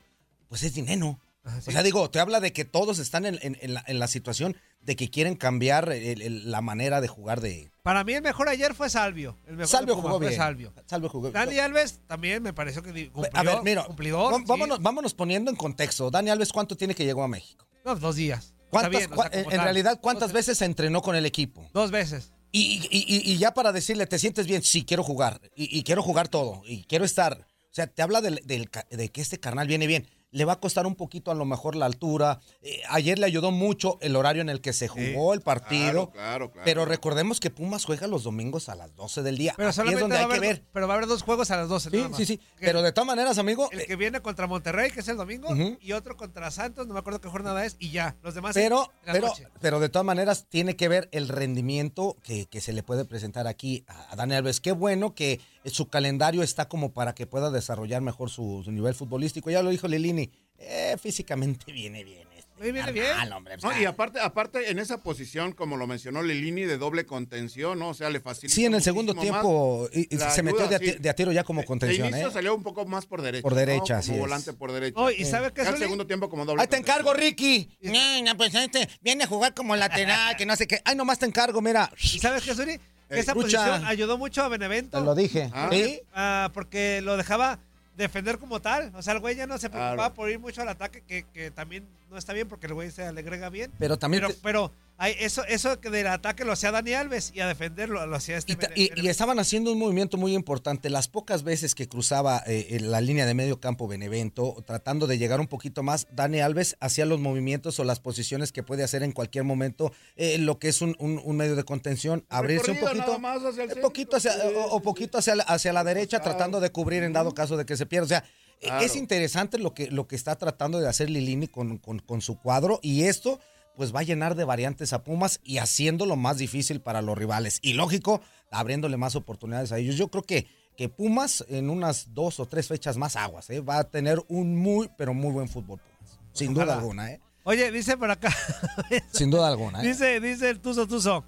[SPEAKER 4] pues es dinero. O sea, digo, te habla de que todos están en, en- en la, en la situación de que quieren cambiar el- el- la manera de jugar de...
[SPEAKER 5] Para mí el mejor ayer fue Salvio. El mejor de
[SPEAKER 4] Salvio
[SPEAKER 5] Pumas
[SPEAKER 4] jugó
[SPEAKER 5] fue
[SPEAKER 4] bien.
[SPEAKER 5] Salvio.
[SPEAKER 4] Salvio jugó
[SPEAKER 5] Dani Alves también me pareció que di- cumplió.
[SPEAKER 4] a ver, mira,
[SPEAKER 5] cumplidor,
[SPEAKER 4] vam-
[SPEAKER 5] sí.
[SPEAKER 4] vámonos, vámonos poniendo en contexto. Dani Alves, ¿cuánto tiene que llegó a México?
[SPEAKER 5] No, dos días. Está
[SPEAKER 4] ¿Cuántas,
[SPEAKER 5] bien, o sea,
[SPEAKER 4] cua- en-
[SPEAKER 5] como
[SPEAKER 4] en
[SPEAKER 5] tal.
[SPEAKER 4] realidad, ¿cuántas veces se entrenó con el equipo?
[SPEAKER 5] Dos veces.
[SPEAKER 4] Y, y- y- y ya para decirle, te sientes bien, sí, quiero jugar, y, y quiero jugar todo, y quiero estar. O sea, te habla del, del ca- de que este carnal viene bien. le va a costar un poquito a lo mejor la altura. Eh, ayer le ayudó mucho el horario en el que se jugó el partido.
[SPEAKER 6] Claro, claro, claro.
[SPEAKER 4] Pero recordemos que Pumas juega los domingos a las 12 del día.
[SPEAKER 5] Pero
[SPEAKER 4] Aquí es
[SPEAKER 5] solamente
[SPEAKER 4] donde
[SPEAKER 5] va a
[SPEAKER 4] hay
[SPEAKER 5] haber,
[SPEAKER 4] que ver.
[SPEAKER 5] Pero va a haber dos juegos a las 12.
[SPEAKER 4] Sí,
[SPEAKER 5] nada más.
[SPEAKER 4] sí, sí. Pero de todas maneras, amigo, eh,
[SPEAKER 5] El que viene contra Monterrey, que es el domingo,
[SPEAKER 4] Ujú.
[SPEAKER 5] y otro contra Santos, no me acuerdo qué jornada es, y ya. Los demás
[SPEAKER 4] Pero,
[SPEAKER 5] Ah, en la
[SPEAKER 4] pero,
[SPEAKER 5] noche.
[SPEAKER 4] pero de todas maneras tiene que ver el rendimiento que, que se le puede presentar aquí a a Dani Alves. Qué bueno que eh, su calendario está como para que pueda desarrollar mejor su, su nivel futbolístico. Ya lo dijo Lilini, eh, físicamente viene bien.
[SPEAKER 5] Ahí viene bien.
[SPEAKER 4] Mal, hombre.
[SPEAKER 6] No, y aparte, aparte, en esa posición, como lo mencionó Lilini, de doble contención, ¿no? O sea, le facilita.
[SPEAKER 4] Sí, en el segundo
[SPEAKER 6] muchísimo
[SPEAKER 4] tiempo
[SPEAKER 6] más
[SPEAKER 4] y- y
[SPEAKER 6] la
[SPEAKER 4] se metió de
[SPEAKER 6] ayuda,
[SPEAKER 4] a, ti-
[SPEAKER 6] sí.
[SPEAKER 4] de a tiro ya como
[SPEAKER 6] De
[SPEAKER 4] contención.
[SPEAKER 6] inicio
[SPEAKER 4] ¿eh?
[SPEAKER 6] salió un poco más por derecha.
[SPEAKER 4] Por derecha,
[SPEAKER 6] ¿no?
[SPEAKER 4] así
[SPEAKER 6] Como
[SPEAKER 4] es.
[SPEAKER 6] volante por derecha.
[SPEAKER 4] No, y
[SPEAKER 6] Sí.
[SPEAKER 4] ¿sabe qué,
[SPEAKER 6] Ya el
[SPEAKER 4] Zuli?
[SPEAKER 6] segundo tiempo como doble.
[SPEAKER 4] Ahí te
[SPEAKER 6] contención.
[SPEAKER 4] encargo, Ricky. Niña, pues este viene a jugar como lateral, que no sé qué. Ay, nomás te encargo, mira.
[SPEAKER 5] ¿Y sabes qué, Zuri? Esa
[SPEAKER 4] Escucha.
[SPEAKER 5] posición ayudó mucho a Benevento.
[SPEAKER 4] Te lo dije. Ah. ¿Sí?
[SPEAKER 5] Ah, porque lo dejaba defender como tal. O sea, el güey ya no se preocupaba
[SPEAKER 4] Claro.
[SPEAKER 5] por ir mucho al ataque, que, que también no está bien porque el güey se le agrega bien.
[SPEAKER 4] Pero también
[SPEAKER 5] Pero,
[SPEAKER 4] te-
[SPEAKER 5] pero hay- eso, eso que del ataque lo hacía Dani Alves y a defenderlo lo hacía este. Bene-
[SPEAKER 4] Y, y estaban haciendo un movimiento muy importante. Las pocas veces que cruzaba eh, eh, la línea de medio campo Benevento, tratando de llegar un poquito más, Dani Alves hacía los movimientos o las posiciones que puede hacer en cualquier momento, eh, lo que es un, un- un medio de contención, abrirse un
[SPEAKER 6] Recorrido nada
[SPEAKER 4] poquito.
[SPEAKER 6] más hacia el
[SPEAKER 4] un Eh, poquito hacia, o, o poquito hacia la, hacia la derecha, tratando de cubrir en dado caso de que se pierda. O sea, eh,
[SPEAKER 6] Claro.
[SPEAKER 4] es interesante lo que, lo que está tratando de hacer Lilini con, con- con su cuadro y esto pues va a llenar de variantes a Pumas y haciéndolo más difícil para los rivales. Y lógico, abriéndole más oportunidades a ellos. Yo creo que, que Pumas en unas dos o tres fechas más aguas, ¿eh? va a tener un muy, pero muy buen fútbol Pumas. Sin duda
[SPEAKER 5] Ojalá.
[SPEAKER 4] alguna, ¿eh?
[SPEAKER 5] Oye, dice por acá.
[SPEAKER 4] Sin duda alguna. ¿eh?
[SPEAKER 5] Dice, dice el Tuzo Tuzo.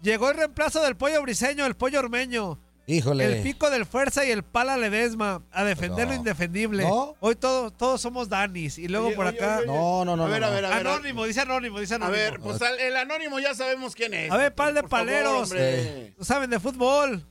[SPEAKER 5] Llegó el reemplazo del pollo briseño, el pollo ormeño.
[SPEAKER 4] Híjole.
[SPEAKER 5] El pico del fuerza y el pala ledesma. A defender lo
[SPEAKER 4] No.
[SPEAKER 5] indefendible.
[SPEAKER 4] ¿No?
[SPEAKER 5] Hoy todos, todos somos Danis. Y luego
[SPEAKER 6] Oye,
[SPEAKER 5] por
[SPEAKER 6] oye,
[SPEAKER 5] acá.
[SPEAKER 6] oye, oye.
[SPEAKER 4] No, no, no,
[SPEAKER 6] A ver,
[SPEAKER 4] no,
[SPEAKER 6] a
[SPEAKER 4] no.
[SPEAKER 6] ver, a ver.
[SPEAKER 5] Anónimo, dice anónimo, dice
[SPEAKER 6] A
[SPEAKER 5] anónimo.
[SPEAKER 6] ver, pues al- el anónimo ya sabemos quién es.
[SPEAKER 5] A ver, par de
[SPEAKER 6] Por favor,
[SPEAKER 5] paleros.
[SPEAKER 6] hombre.
[SPEAKER 5] No saben de fútbol.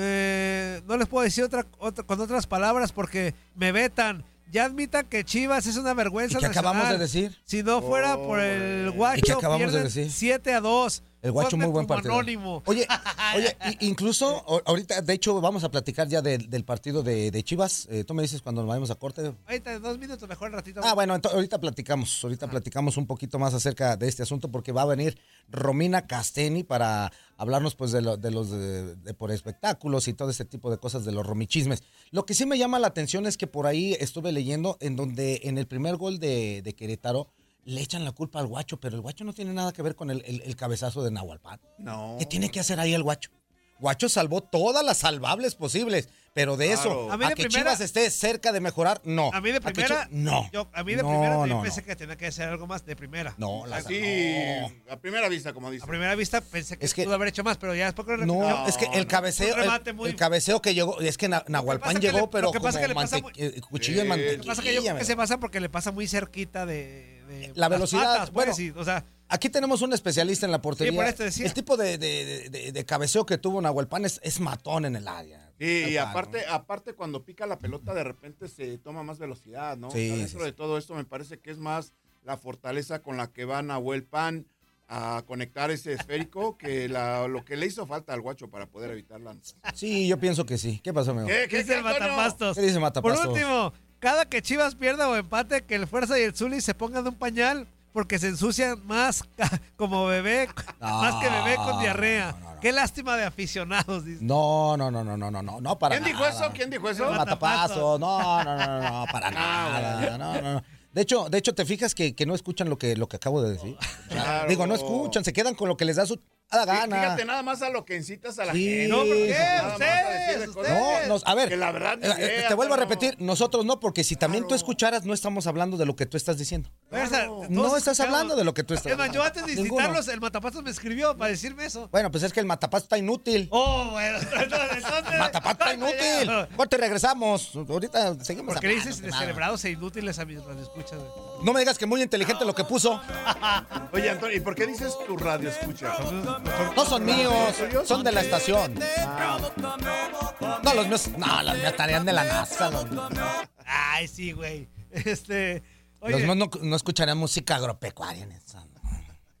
[SPEAKER 5] Eh, no les puedo decir otra, otra- con otras palabras porque me vetan. Ya admitan que Chivas es una vergüenza.
[SPEAKER 4] ¿Y qué acabamos
[SPEAKER 5] nacional.
[SPEAKER 4] de decir?
[SPEAKER 5] Si no fuera por el guacho.
[SPEAKER 4] ¿Y qué acabamos de
[SPEAKER 5] pierden
[SPEAKER 4] decir?
[SPEAKER 5] 7 a 2.
[SPEAKER 4] El guacho
[SPEAKER 5] Ponme
[SPEAKER 4] muy buen
[SPEAKER 5] como
[SPEAKER 4] partido.
[SPEAKER 5] Anónimo.
[SPEAKER 4] Oye, oye, i- incluso o- ahorita, de hecho, vamos a platicar ya del- del partido de, de Chivas. Eh, tú me dices cuando nos vayamos a corte.
[SPEAKER 5] Ahorita, dos minutos, mejor al ratito.
[SPEAKER 4] Ah, bueno, ento- ahorita platicamos,
[SPEAKER 5] Ah.
[SPEAKER 4] ahorita platicamos un poquito más acerca de este asunto porque va a venir Romina Casteni para hablarnos pues de, lo- de los de, de por espectáculos y todo este tipo de cosas de los romichismes. Lo que sí me llama la atención es que por ahí estuve leyendo en donde en el primer gol de, de Querétaro le echan la culpa al guacho, pero el guacho no tiene nada que ver con el, el- el cabezazo de Nahualpan.
[SPEAKER 6] No.
[SPEAKER 4] ¿Qué tiene que hacer ahí el guacho? Guacho salvó todas las salvables posibles, pero de
[SPEAKER 5] Claro.
[SPEAKER 4] eso,
[SPEAKER 5] A
[SPEAKER 4] a,
[SPEAKER 5] mí de
[SPEAKER 4] que
[SPEAKER 5] primera-
[SPEAKER 4] Chivas esté cerca de mejorar, no.
[SPEAKER 5] A mí de
[SPEAKER 4] que
[SPEAKER 5] primera.
[SPEAKER 4] Chi- no.
[SPEAKER 5] yo- a mí de
[SPEAKER 4] No,
[SPEAKER 5] primera también
[SPEAKER 4] no,
[SPEAKER 5] pensé que tenía que hacer algo más de primera.
[SPEAKER 4] No, la
[SPEAKER 6] Así, Ah, a primera vista, como dice.
[SPEAKER 5] A primera vista pensé que,
[SPEAKER 4] Es que-
[SPEAKER 5] pudo haber hecho más, pero ya después que lo
[SPEAKER 4] No,
[SPEAKER 5] repitió,
[SPEAKER 4] es que el cabeceo,
[SPEAKER 5] Un remate
[SPEAKER 4] el,
[SPEAKER 5] muy-
[SPEAKER 4] el cabeceo que llegó, es que Na- Nahualpan
[SPEAKER 5] pasa que
[SPEAKER 4] llegó,
[SPEAKER 5] le- lo
[SPEAKER 4] pero
[SPEAKER 5] que pasa
[SPEAKER 4] como
[SPEAKER 5] que le pasa
[SPEAKER 4] mante- eh, cuchillo
[SPEAKER 6] Sí.
[SPEAKER 4] en
[SPEAKER 5] Lo que pasa es que yo
[SPEAKER 4] mantequilla.
[SPEAKER 5] creo que se
[SPEAKER 4] ¿verdad?
[SPEAKER 5] pasa porque le pasa muy cerquita de. de
[SPEAKER 4] La
[SPEAKER 5] las
[SPEAKER 4] velocidad,
[SPEAKER 5] patas, pues,
[SPEAKER 4] bueno.
[SPEAKER 5] sí, o sea,
[SPEAKER 4] Aquí tenemos un especialista en la portería.
[SPEAKER 5] por eso te decía.
[SPEAKER 4] El tipo de, de- de- de cabeceo que tuvo Nahualpan es, es matón en el área.
[SPEAKER 6] Sí, y
[SPEAKER 4] Tal cual,
[SPEAKER 6] aparte, aparte cuando pica la pelota de repente se toma más velocidad, ¿no? O sea,
[SPEAKER 4] Sí, sí,
[SPEAKER 6] dentro
[SPEAKER 4] sí.
[SPEAKER 6] de todo esto me parece que es más la fortaleza con la que va Nahuel Pan a conectar ese esférico que la- lo que le hizo falta al guacho para poder evitarla.
[SPEAKER 4] ¿no? Sí, yo pienso que sí. ¿Qué pasó, amigo?
[SPEAKER 6] ¿Qué,
[SPEAKER 5] dice el
[SPEAKER 6] Antonio?
[SPEAKER 5] Matapastos.
[SPEAKER 4] ¿Qué dice Matapastos?
[SPEAKER 5] Por último, cada que Chivas pierda o empate, que el Fuerza y el Zuli se pongan de un pañal porque se ensucian más ca- como bebé,
[SPEAKER 4] No,
[SPEAKER 5] más que bebé con diarrea.
[SPEAKER 4] no, no, no.
[SPEAKER 5] Qué lástima de aficionados, dice.
[SPEAKER 4] No, no, no, no, no, no, no, no, para
[SPEAKER 6] ¿Quién dijo
[SPEAKER 4] nada.
[SPEAKER 6] eso? ¿Quién dijo Ah, eso?
[SPEAKER 5] El
[SPEAKER 4] Matapasos, no, no, no, no, no, para nada, no, no, no. De hecho, de hecho, te fijas que, que no escuchan lo que, lo que acabo de decir.
[SPEAKER 6] Claro.
[SPEAKER 4] Digo, no escuchan, se quedan con lo que les da su a la
[SPEAKER 6] Fí-
[SPEAKER 4] gana.
[SPEAKER 6] Fíjate nada más a lo que incitas a la
[SPEAKER 4] Sí.
[SPEAKER 6] gente.
[SPEAKER 4] No, ¿por qué?
[SPEAKER 6] Nada más a
[SPEAKER 5] Ustedes,
[SPEAKER 6] decirle cosas
[SPEAKER 4] No, nos- a ver,
[SPEAKER 6] Que la verdad ni
[SPEAKER 4] eh, eh,
[SPEAKER 6] idea,
[SPEAKER 4] te vuelvo a
[SPEAKER 6] no.
[SPEAKER 4] repetir, nosotros no, porque si también tú
[SPEAKER 6] Claro.
[SPEAKER 4] escucharas, no estamos hablando de lo que tú estás diciendo.
[SPEAKER 5] Versa, todos
[SPEAKER 4] No estás
[SPEAKER 5] escuchamos.
[SPEAKER 4] hablando de lo que tú estás
[SPEAKER 5] Es más,
[SPEAKER 4] hablando.
[SPEAKER 5] yo antes de
[SPEAKER 4] Ninguno.
[SPEAKER 5] incitarlos, el Matapastos me escribió para decirme eso.
[SPEAKER 4] Bueno, pues es que el matapazo está inútil.
[SPEAKER 5] Oh, bueno, entonces. entonces-
[SPEAKER 4] Matapazo está inútil. Pues Corte, regresamos. Ahorita seguimos
[SPEAKER 5] ¿Por qué le
[SPEAKER 4] hablando,
[SPEAKER 5] dices
[SPEAKER 4] que nada.
[SPEAKER 5] descerebrados e inútiles a mis radioescuchas? güey?
[SPEAKER 4] No me digas que muy inteligente lo que puso.
[SPEAKER 6] Oye, Antonio, ¿y por qué dices tu radio escucha?
[SPEAKER 4] No son míos, son de la estación. No, los míos, no, los míos estarían de la NASA. Los,
[SPEAKER 5] Ay, sí, güey. Este.
[SPEAKER 4] los
[SPEAKER 5] Oye,
[SPEAKER 4] míos no, no escucharían música agropecuaria en esa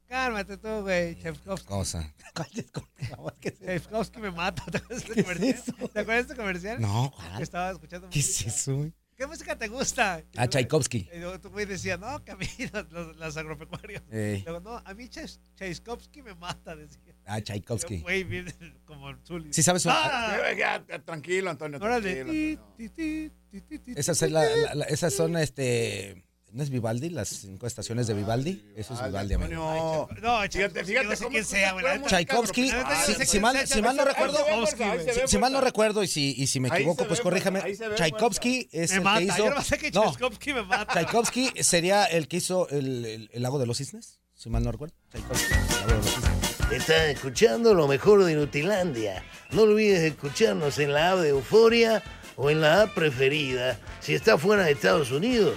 [SPEAKER 5] cálmate tú, güey. Chefkovsky.
[SPEAKER 4] cosa. ¿Cuál es- cuál es la voz que se-
[SPEAKER 5] Chefkovsky me mata. ¿Te acuerdas de este comercial?
[SPEAKER 4] No, ¿cuál?
[SPEAKER 5] Estaba escuchando.
[SPEAKER 4] ¿Qué es eso? güey?
[SPEAKER 5] ¿Qué música te gusta?
[SPEAKER 4] A Tchaikovsky.
[SPEAKER 5] Y luego tu güey decía, no, que a mí los, los- las agropecuarias.
[SPEAKER 4] Ey.
[SPEAKER 5] Luego, no, a mí Chais- Tchaikovsky me mata, decía.
[SPEAKER 4] A ah, Tchaikovsky.
[SPEAKER 5] Pero, Güey, bien, como el Zully.
[SPEAKER 4] Sí, sabes-
[SPEAKER 5] ¡Ah!
[SPEAKER 6] Eh, Tranquilo, Antonio.
[SPEAKER 5] Órale.
[SPEAKER 6] tranquilo.
[SPEAKER 5] Ti, ti, ti, ti, ti,
[SPEAKER 4] Esas, es la- la- la- esas son, este, ¿no es Vivaldi? Las cinco estaciones de
[SPEAKER 7] Ah,
[SPEAKER 4] Vivaldi. Eso es Vivaldi, amigo.
[SPEAKER 6] Antonio.
[SPEAKER 5] No, fíjate, fíjate no sé quién sea, güey. la neta.
[SPEAKER 4] Tchaikovsky,
[SPEAKER 5] La neta, yo sé
[SPEAKER 4] si, ah, si
[SPEAKER 5] quién
[SPEAKER 4] mal,
[SPEAKER 5] sea
[SPEAKER 4] si mal no recuerdo,
[SPEAKER 5] Tchaikovsky,
[SPEAKER 6] Ahí
[SPEAKER 5] güey.
[SPEAKER 6] se ve
[SPEAKER 4] si mal no
[SPEAKER 6] fuerza.
[SPEAKER 4] recuerdo y si, y si me
[SPEAKER 6] Ahí se
[SPEAKER 4] equivoco,
[SPEAKER 6] ve
[SPEAKER 4] pues
[SPEAKER 6] fuerza,
[SPEAKER 4] corríjame.
[SPEAKER 6] ahí se ve
[SPEAKER 4] Tchaikovsky es
[SPEAKER 5] Me
[SPEAKER 4] el
[SPEAKER 5] mata.
[SPEAKER 4] que Este, hizo.
[SPEAKER 5] Yo no sé que
[SPEAKER 4] No,
[SPEAKER 5] Tchaikovsky me mata.
[SPEAKER 4] Tchaikovsky sería el que hizo el, el- el lago de los cisnes, si mal no recuerdo. Tchaikovsky, el lago de los cisnes.
[SPEAKER 2] Estás escuchando lo mejor de Nutilandia. No olvides escucharnos en la app de Euforia o en la app preferida si estás fuera de Estados Unidos.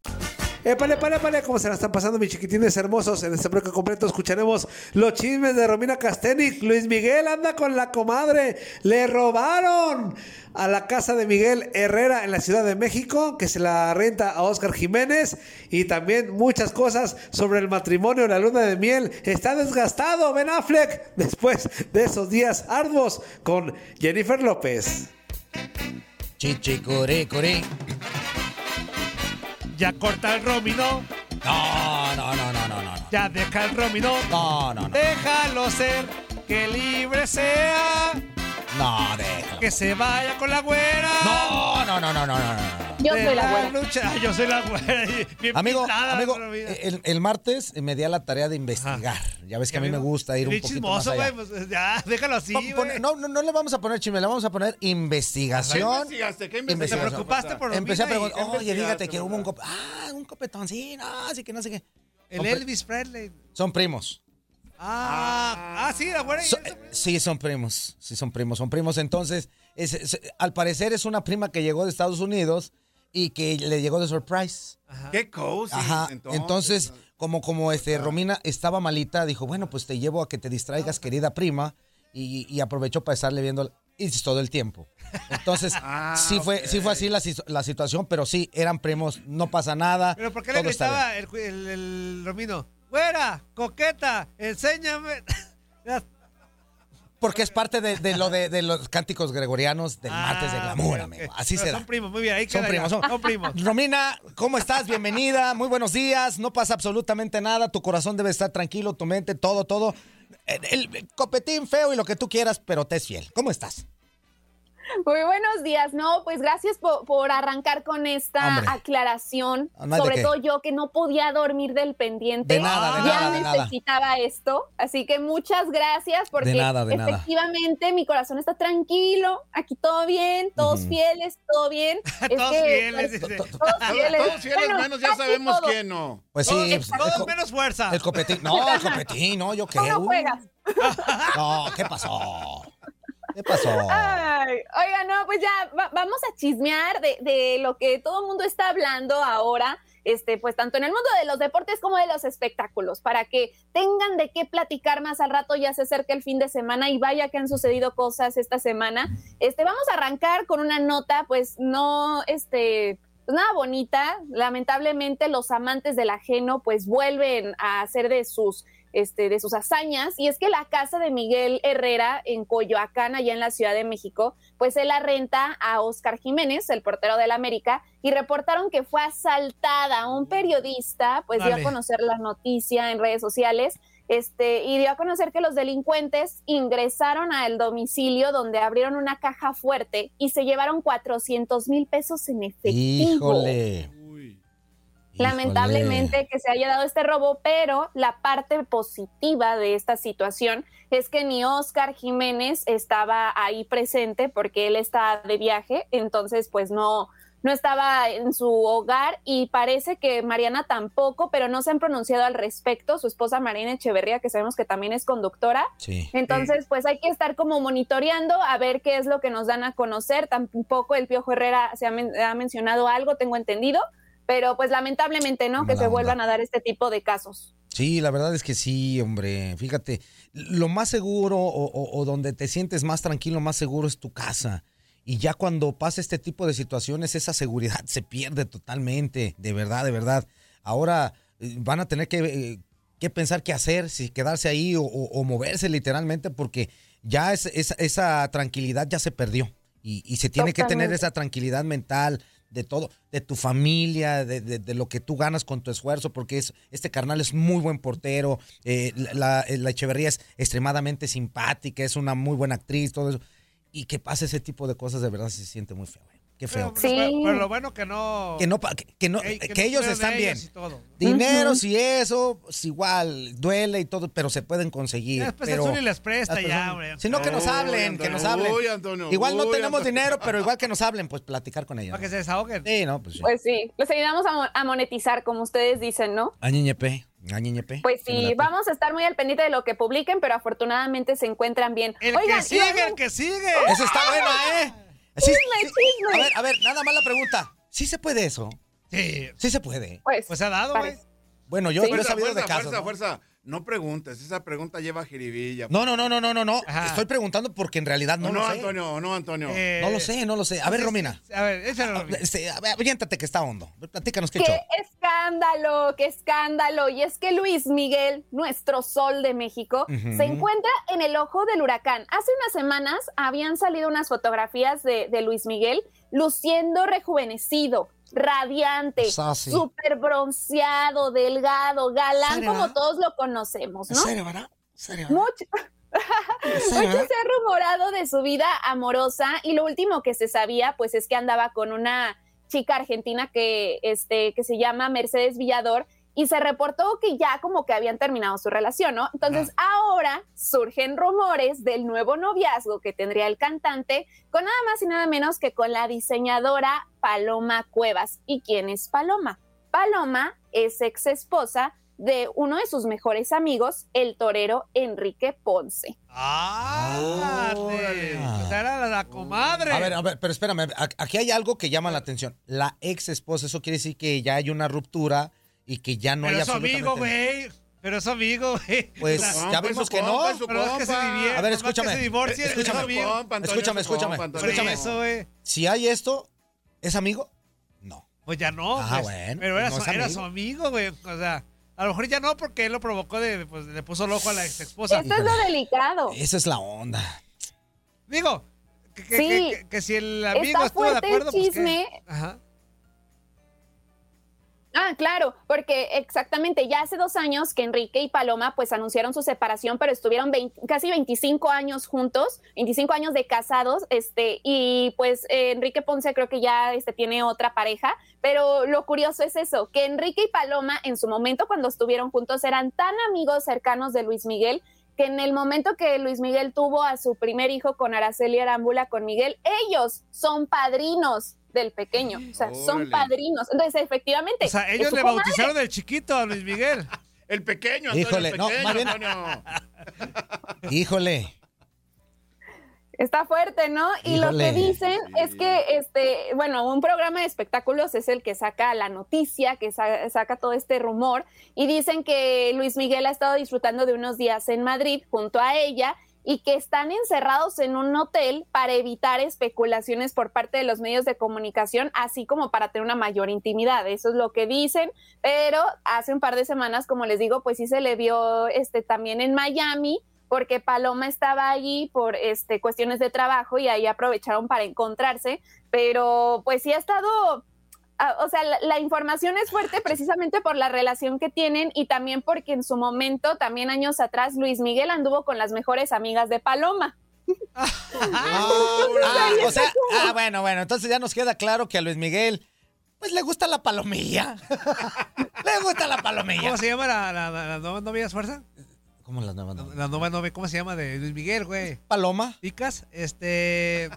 [SPEAKER 3] Épale, épale, épale, cómo se la están pasando mis chiquitines hermosos. En este bloque completo escucharemos los chismes de Romina Castenic. Luis Miguel anda con la comadre. Le robaron a la casa de Miguel Herrera en la Ciudad de México, que se la renta a Oscar Jiménez. Y también muchas cosas sobre el matrimonio, la luna de miel. Está desgastado Ben Affleck después de esos días arduos con Jennifer López.
[SPEAKER 4] Chichicurecurí.
[SPEAKER 5] Ya corta el romino,
[SPEAKER 4] No, no, no, no, no, no. no.
[SPEAKER 5] ya deja el romino.
[SPEAKER 4] No, no, no.
[SPEAKER 5] Déjalo ser, que libre sea,
[SPEAKER 4] No, déjalo.
[SPEAKER 5] que se vaya con la güera.
[SPEAKER 4] No, no, no, no, no, no, no.
[SPEAKER 7] Yo
[SPEAKER 5] De
[SPEAKER 7] soy la buena.
[SPEAKER 5] lucha- Yo soy la güera. Bien
[SPEAKER 4] Amigo,
[SPEAKER 5] pintada,
[SPEAKER 4] amigo,
[SPEAKER 5] Romina.
[SPEAKER 4] el, el martes me di a la tarea de investigar. Ya ves que a mí me gusta ir un
[SPEAKER 5] Bien
[SPEAKER 4] poquito
[SPEAKER 5] chismoso,
[SPEAKER 4] más allá.
[SPEAKER 5] güey. pues, ya, déjalo así,
[SPEAKER 4] Pon- pon-
[SPEAKER 5] güey.
[SPEAKER 4] no, no, no le vamos a poner chisme, le vamos a poner investigación.
[SPEAKER 6] ¿Qué investigaste? ¿Qué investigaste?
[SPEAKER 5] Te
[SPEAKER 4] investigación.
[SPEAKER 5] preocupaste por Romina
[SPEAKER 4] Empecé a
[SPEAKER 5] y-
[SPEAKER 4] preguntar, oye, fíjate que
[SPEAKER 6] ¿verdad?
[SPEAKER 4] hubo un, cop- ah, un copetón, sí, no, así que no sé qué.
[SPEAKER 5] El
[SPEAKER 4] Son pri-
[SPEAKER 5] Elvis Presley.
[SPEAKER 4] Son primos.
[SPEAKER 5] Ah, ah, sí, la güera. y
[SPEAKER 4] So-
[SPEAKER 5] el-
[SPEAKER 4] eh, sí, son primos. Sí, son primos. Son primos. Entonces, es- es- al parecer es una prima que llegó de Estados Unidos y que le llegó de surprise.
[SPEAKER 5] Ah,
[SPEAKER 6] ¿Qué cozy?
[SPEAKER 4] Ajá. Entonces, como, como este, Romina estaba malita, dijo, bueno, pues te llevo a que te distraigas,
[SPEAKER 5] Ah.
[SPEAKER 4] querida prima. Y, y aprovechó para estarle viendo y todo el tiempo. Entonces,
[SPEAKER 5] Ah,
[SPEAKER 4] sí, fue, sí fue así la, sis- la situación, pero sí, eran primos, no pasa nada.
[SPEAKER 5] Pero ¿por qué le
[SPEAKER 4] todo está bien.
[SPEAKER 5] gritaba el, el- el Romino? Güera, coqueta, enséñame. Ya,
[SPEAKER 4] Porque es parte de, de lo de, de los cánticos gregorianos del martes de
[SPEAKER 5] Ah,
[SPEAKER 4] glamour,
[SPEAKER 5] ok,
[SPEAKER 4] amigo.
[SPEAKER 5] ok.
[SPEAKER 4] Así
[SPEAKER 5] Pero
[SPEAKER 4] será.
[SPEAKER 5] Son primos, muy bien. Ahí
[SPEAKER 4] Son
[SPEAKER 5] queda
[SPEAKER 4] primos,
[SPEAKER 5] ya,
[SPEAKER 4] son-
[SPEAKER 5] primos.
[SPEAKER 4] Romina, ¿cómo estás? Bienvenida, muy buenos días. No pasa absolutamente nada, tu corazón debe estar tranquilo, tu mente, todo, todo. El, el copetín feo y lo que tú quieras, pero te es fiel. ¿Cómo estás?
[SPEAKER 7] Muy buenos días, no, pues gracias po- por, arrancar con esta
[SPEAKER 4] Hombre.
[SPEAKER 7] aclaración,
[SPEAKER 4] Ah, no hay de
[SPEAKER 7] sobre
[SPEAKER 4] qué.
[SPEAKER 7] todo yo que no podía dormir del pendiente,
[SPEAKER 4] De nada, de
[SPEAKER 7] Ah, ya
[SPEAKER 4] nada, de nada.
[SPEAKER 7] necesitaba esto, así que muchas gracias porque
[SPEAKER 4] nada, de nada.
[SPEAKER 7] efectivamente mi corazón está tranquilo, aquí todo bien, todos
[SPEAKER 4] Ujú.
[SPEAKER 7] fieles, todo bien, Es
[SPEAKER 5] Todos
[SPEAKER 7] que- pues,
[SPEAKER 5] fieles. dice.
[SPEAKER 7] todos
[SPEAKER 6] Todos,
[SPEAKER 7] fieles,
[SPEAKER 6] todos fieles
[SPEAKER 7] Bueno,
[SPEAKER 6] menos ya
[SPEAKER 7] casi
[SPEAKER 6] sabemos
[SPEAKER 7] todos.
[SPEAKER 6] quién no.
[SPEAKER 4] Pues sí,
[SPEAKER 5] Todos-
[SPEAKER 4] pues, el,
[SPEAKER 5] Todos
[SPEAKER 4] co-
[SPEAKER 5] menos fuerza.
[SPEAKER 4] el copetín. No, el copetín, no, yo qué.
[SPEAKER 7] Tú no
[SPEAKER 4] Uy,
[SPEAKER 7] juegas.
[SPEAKER 4] No, ¿qué pasó? ¿Qué pasó?
[SPEAKER 7] Ay, oiga, no, pues ya va- vamos a chismear de, de lo que todo el mundo está hablando ahora, este, pues tanto en el mundo de los deportes como de los espectáculos, para que tengan de qué platicar más al rato, ya se acerca el fin de semana y vaya que han sucedido cosas esta semana. Este, vamos a arrancar con una nota, pues no, este, pues nada bonita. Lamentablemente los amantes del ajeno, pues vuelven a hacer de sus este, de sus hazañas, y es que la casa de Miguel Herrera en Coyoacán, allá en la Ciudad de México, pues se la renta a Oscar Jiménez, el portero del América, y reportaron que fue asaltada. Un periodista, pues dio
[SPEAKER 5] Dale.
[SPEAKER 7] a conocer la noticia en redes sociales, este, y dio a conocer que los delincuentes ingresaron al domicilio donde abrieron una caja fuerte y se llevaron 400 mil pesos en efectivo.
[SPEAKER 4] Híjole. Híjole.
[SPEAKER 7] Lamentablemente que se haya dado este robo, pero la parte positiva de esta situación es que ni Oscar Jiménez estaba ahí presente porque él está de viaje, entonces pues no, no estaba en su hogar y parece que Mariana tampoco, pero no se han pronunciado al respecto. Su esposa Mariana Echeverría, que sabemos que también es conductora.
[SPEAKER 4] Sí.
[SPEAKER 7] Entonces, pues hay que estar como monitoreando a ver qué es lo que nos dan a conocer. Tampoco el Piojo Herrera se ha, men- ha mencionado algo, tengo entendido, pero pues lamentablemente, ¿no? que
[SPEAKER 4] Mala
[SPEAKER 7] se
[SPEAKER 4] onda.
[SPEAKER 7] vuelvan a dar este tipo de casos.
[SPEAKER 4] Sí, la verdad es que sí, hombre. Fíjate, lo más seguro o, o- o donde te sientes más tranquilo, más seguro es tu casa. Y ya cuando pasa este tipo de situaciones, esa seguridad se pierde totalmente, de verdad, de verdad. Ahora eh, van a tener que, eh, que pensar qué hacer, si quedarse ahí o, o- o moverse literalmente, porque ya es- esa- esa tranquilidad ya se perdió. Y, y se tiene que tener
[SPEAKER 12] Totalmente.
[SPEAKER 4] esa tranquilidad mental de todo, de tu familia, de, de- de lo que tú ganas con tu esfuerzo, porque es, este carnal es muy buen portero, eh, la, la- eh, la Echeverría es extremadamente simpática, es una muy buena actriz, todo eso. Y que pase ese tipo de cosas, de verdad se siente muy feo. güey. Qué feo.
[SPEAKER 5] Pero, pero lo bueno que no.
[SPEAKER 4] Que, no, pa- que, que no,
[SPEAKER 5] Ey, que
[SPEAKER 4] que
[SPEAKER 5] no
[SPEAKER 4] ellos
[SPEAKER 5] cuidan de
[SPEAKER 4] están bien.
[SPEAKER 5] ellos y todo.
[SPEAKER 4] Dineros
[SPEAKER 5] Ujú.
[SPEAKER 4] y eso, pues, igual, duele y todo, pero se pueden conseguir.
[SPEAKER 5] Ya después el
[SPEAKER 4] pero
[SPEAKER 5] Zuli les presta
[SPEAKER 4] las
[SPEAKER 5] ya,
[SPEAKER 4] personas-
[SPEAKER 5] hombre.
[SPEAKER 4] Sino que nos
[SPEAKER 5] Uy,
[SPEAKER 4] hablen, que
[SPEAKER 5] Antonio,
[SPEAKER 4] nos hablen.
[SPEAKER 5] uy, Antonio,
[SPEAKER 4] igual no
[SPEAKER 5] uy,
[SPEAKER 4] tenemos
[SPEAKER 5] Antonio.
[SPEAKER 4] dinero, pero igual que nos hablen, pues platicar con ellos.
[SPEAKER 5] Para que se desahoguen.
[SPEAKER 4] Sí, no, pues sí.
[SPEAKER 7] Pues sí, los ayudamos a, mo- a monetizar, como ustedes dicen, ¿no?
[SPEAKER 4] Añeñepe, añeñepe.
[SPEAKER 7] Pues
[SPEAKER 4] Me
[SPEAKER 7] sí,
[SPEAKER 4] late.
[SPEAKER 7] vamos a estar muy al pendiente de lo que publiquen, pero afortunadamente se encuentran bien.
[SPEAKER 5] El que
[SPEAKER 7] y
[SPEAKER 5] sigue,
[SPEAKER 7] oigan-
[SPEAKER 5] el que sigue.
[SPEAKER 4] Eso está bueno, ¿eh?
[SPEAKER 7] Chisme,
[SPEAKER 4] sí.
[SPEAKER 7] chisme.
[SPEAKER 4] A ver, a ver, nada más la pregunta. ¿Sí se puede eso?
[SPEAKER 5] Sí.
[SPEAKER 4] Sí se puede.
[SPEAKER 7] Pues,
[SPEAKER 5] se ha dado, güey.
[SPEAKER 4] Bueno, yo, yo he
[SPEAKER 6] Fuerza,
[SPEAKER 4] sabido de
[SPEAKER 6] fuerza,
[SPEAKER 4] casos.
[SPEAKER 6] Fuerza,
[SPEAKER 4] ¿no?
[SPEAKER 6] fuerza. No preguntes, esa pregunta lleva jiribilla.
[SPEAKER 4] No, no, no, no, no, no, no. Estoy preguntando porque en realidad no,
[SPEAKER 6] No,
[SPEAKER 4] lo sé. Eh,
[SPEAKER 6] Antonio, no, Antonio.
[SPEAKER 5] Eh,
[SPEAKER 4] No lo sé, no lo sé. A ver, Romina.
[SPEAKER 5] A ver, échalo.
[SPEAKER 4] Este, a ver, aviéntate que está hondo. Platícanos qué
[SPEAKER 7] ¡Qué
[SPEAKER 4] hecho.
[SPEAKER 7] escándalo! ¡Qué escándalo! Y es que Luis Miguel, nuestro sol de México,
[SPEAKER 13] Ujú.
[SPEAKER 7] se encuentra en el ojo del huracán. Hace unas semanas habían salido unas fotografías de, de Luis Miguel luciendo rejuvenecido, radiante,
[SPEAKER 13] Sassy.
[SPEAKER 7] súper bronceado, delgado, galán,
[SPEAKER 13] ¿Serio,
[SPEAKER 7] como
[SPEAKER 13] verdad?
[SPEAKER 4] Ah,
[SPEAKER 7] todos lo conocemos, ¿no?
[SPEAKER 13] serio, verdad?
[SPEAKER 7] Mucho,
[SPEAKER 13] serio,
[SPEAKER 7] mucho
[SPEAKER 13] verdad?
[SPEAKER 7] se ha rumorado de su vida amorosa y lo último que se sabía pues es que andaba con una chica argentina que, este, que se llama Mercedes Villador y se reportó que ya como que habían terminado su relación, ¿no? Entonces ahora surgen rumores del nuevo noviazgo que tendría el cantante con nada más y nada menos que con la diseñadora Paloma Cuevas. ¿Y quién es Paloma? Paloma es ex esposa de uno de sus mejores amigos, el torero Enrique Ponce.
[SPEAKER 5] Ah, órale. O sea, era la, la comadre.
[SPEAKER 4] A ver, a ver, pero espérame, a- aquí hay algo que llama la atención. La ex esposa, eso quiere decir que ya hay una ruptura y que ya no
[SPEAKER 5] pero
[SPEAKER 4] hay
[SPEAKER 5] es su
[SPEAKER 4] absolutamente
[SPEAKER 5] amigo, güey. Pero es su amigo, güey.
[SPEAKER 4] Pues,
[SPEAKER 5] O sea,
[SPEAKER 4] ya vemos que no.
[SPEAKER 5] Pero es que se divierten.
[SPEAKER 4] A
[SPEAKER 5] nomás
[SPEAKER 4] ver,
[SPEAKER 5] que
[SPEAKER 4] escúchame.
[SPEAKER 5] se divorcien, es
[SPEAKER 4] escúchame,
[SPEAKER 5] su amigo.
[SPEAKER 4] escúchame, escúchame, escúchame.
[SPEAKER 5] Eso, güey.
[SPEAKER 4] Si hay esto, ¿es amigo?
[SPEAKER 5] Pues ya no.
[SPEAKER 4] Ah,
[SPEAKER 5] pues,
[SPEAKER 4] bueno,
[SPEAKER 5] Pero era,
[SPEAKER 4] no
[SPEAKER 5] su,
[SPEAKER 4] es
[SPEAKER 5] era
[SPEAKER 4] amigo.
[SPEAKER 5] su amigo, güey. O sea, a lo mejor ya no porque él lo provocó, de, pues le puso el ojo a la ex esposa.
[SPEAKER 7] Esto es lo delicado.
[SPEAKER 4] Esa es la onda.
[SPEAKER 5] Digo, que, que-
[SPEAKER 7] Sí.
[SPEAKER 5] que- que- que si el amigo
[SPEAKER 7] Está
[SPEAKER 5] estuvo de
[SPEAKER 7] fuerte el
[SPEAKER 5] acuerdo, pues, ¿qué?
[SPEAKER 7] chisme.
[SPEAKER 5] Ajá.
[SPEAKER 7] Ah, claro, porque exactamente ya hace dos años que Enrique y Paloma pues anunciaron su separación, pero estuvieron 20 casi 25 años juntos, 25 años de casados, este, y pues eh, Enrique Ponce creo que ya este, tiene otra pareja, pero lo curioso es eso, que Enrique y Paloma en su momento cuando estuvieron juntos eran tan amigos cercanos de Luis Miguel que en el momento que Luis Miguel tuvo a su primer hijo con Araceli Arámbula, con Miguel, ellos son padrinos del pequeño, o sea, son
[SPEAKER 5] Órale.
[SPEAKER 7] padrinos. Entonces, efectivamente,
[SPEAKER 5] O sea, ellos
[SPEAKER 7] es
[SPEAKER 5] le
[SPEAKER 7] su comadre.
[SPEAKER 5] bautizaron el chiquito a Luis Miguel.
[SPEAKER 6] El pequeño,
[SPEAKER 4] Antonio, Híjole, el no, pequeño, más bien- Híjole.
[SPEAKER 7] Está fuerte, ¿no? Y lo
[SPEAKER 4] Híjole.
[SPEAKER 7] que dicen es que, este, bueno, un programa de espectáculos es el que saca la noticia, que sa- saca todo este rumor, y dicen que Luis Miguel ha estado disfrutando de unos días en Madrid junto a ella y que están encerrados en un hotel para evitar especulaciones por parte de los medios de comunicación, así como para tener una mayor intimidad. Eso es lo que dicen, pero hace un par de semanas, como les digo, pues sí se le vio este, también en Miami porque Paloma estaba allí por este, cuestiones de trabajo y ahí aprovecharon para encontrarse, pero pues sí ha estado, ah, o sea, la, la información es fuerte precisamente por la relación que tienen y también porque en su momento, también años atrás, Luis Miguel anduvo con las mejores amigas de Paloma.
[SPEAKER 4] Ah, o sea, ah, bueno, bueno, entonces ya nos queda claro que a Luis Miguel, pues le gusta la palomilla. le gusta la palomilla.
[SPEAKER 5] ¿Cómo se llama la, la, la, la no- novia de fuerza?
[SPEAKER 4] ¿Cómo las nuevas novelas?
[SPEAKER 5] La nueva novela, ¿cómo se llama? De Luis Miguel, güey.
[SPEAKER 4] Paloma.
[SPEAKER 5] Ticas, este.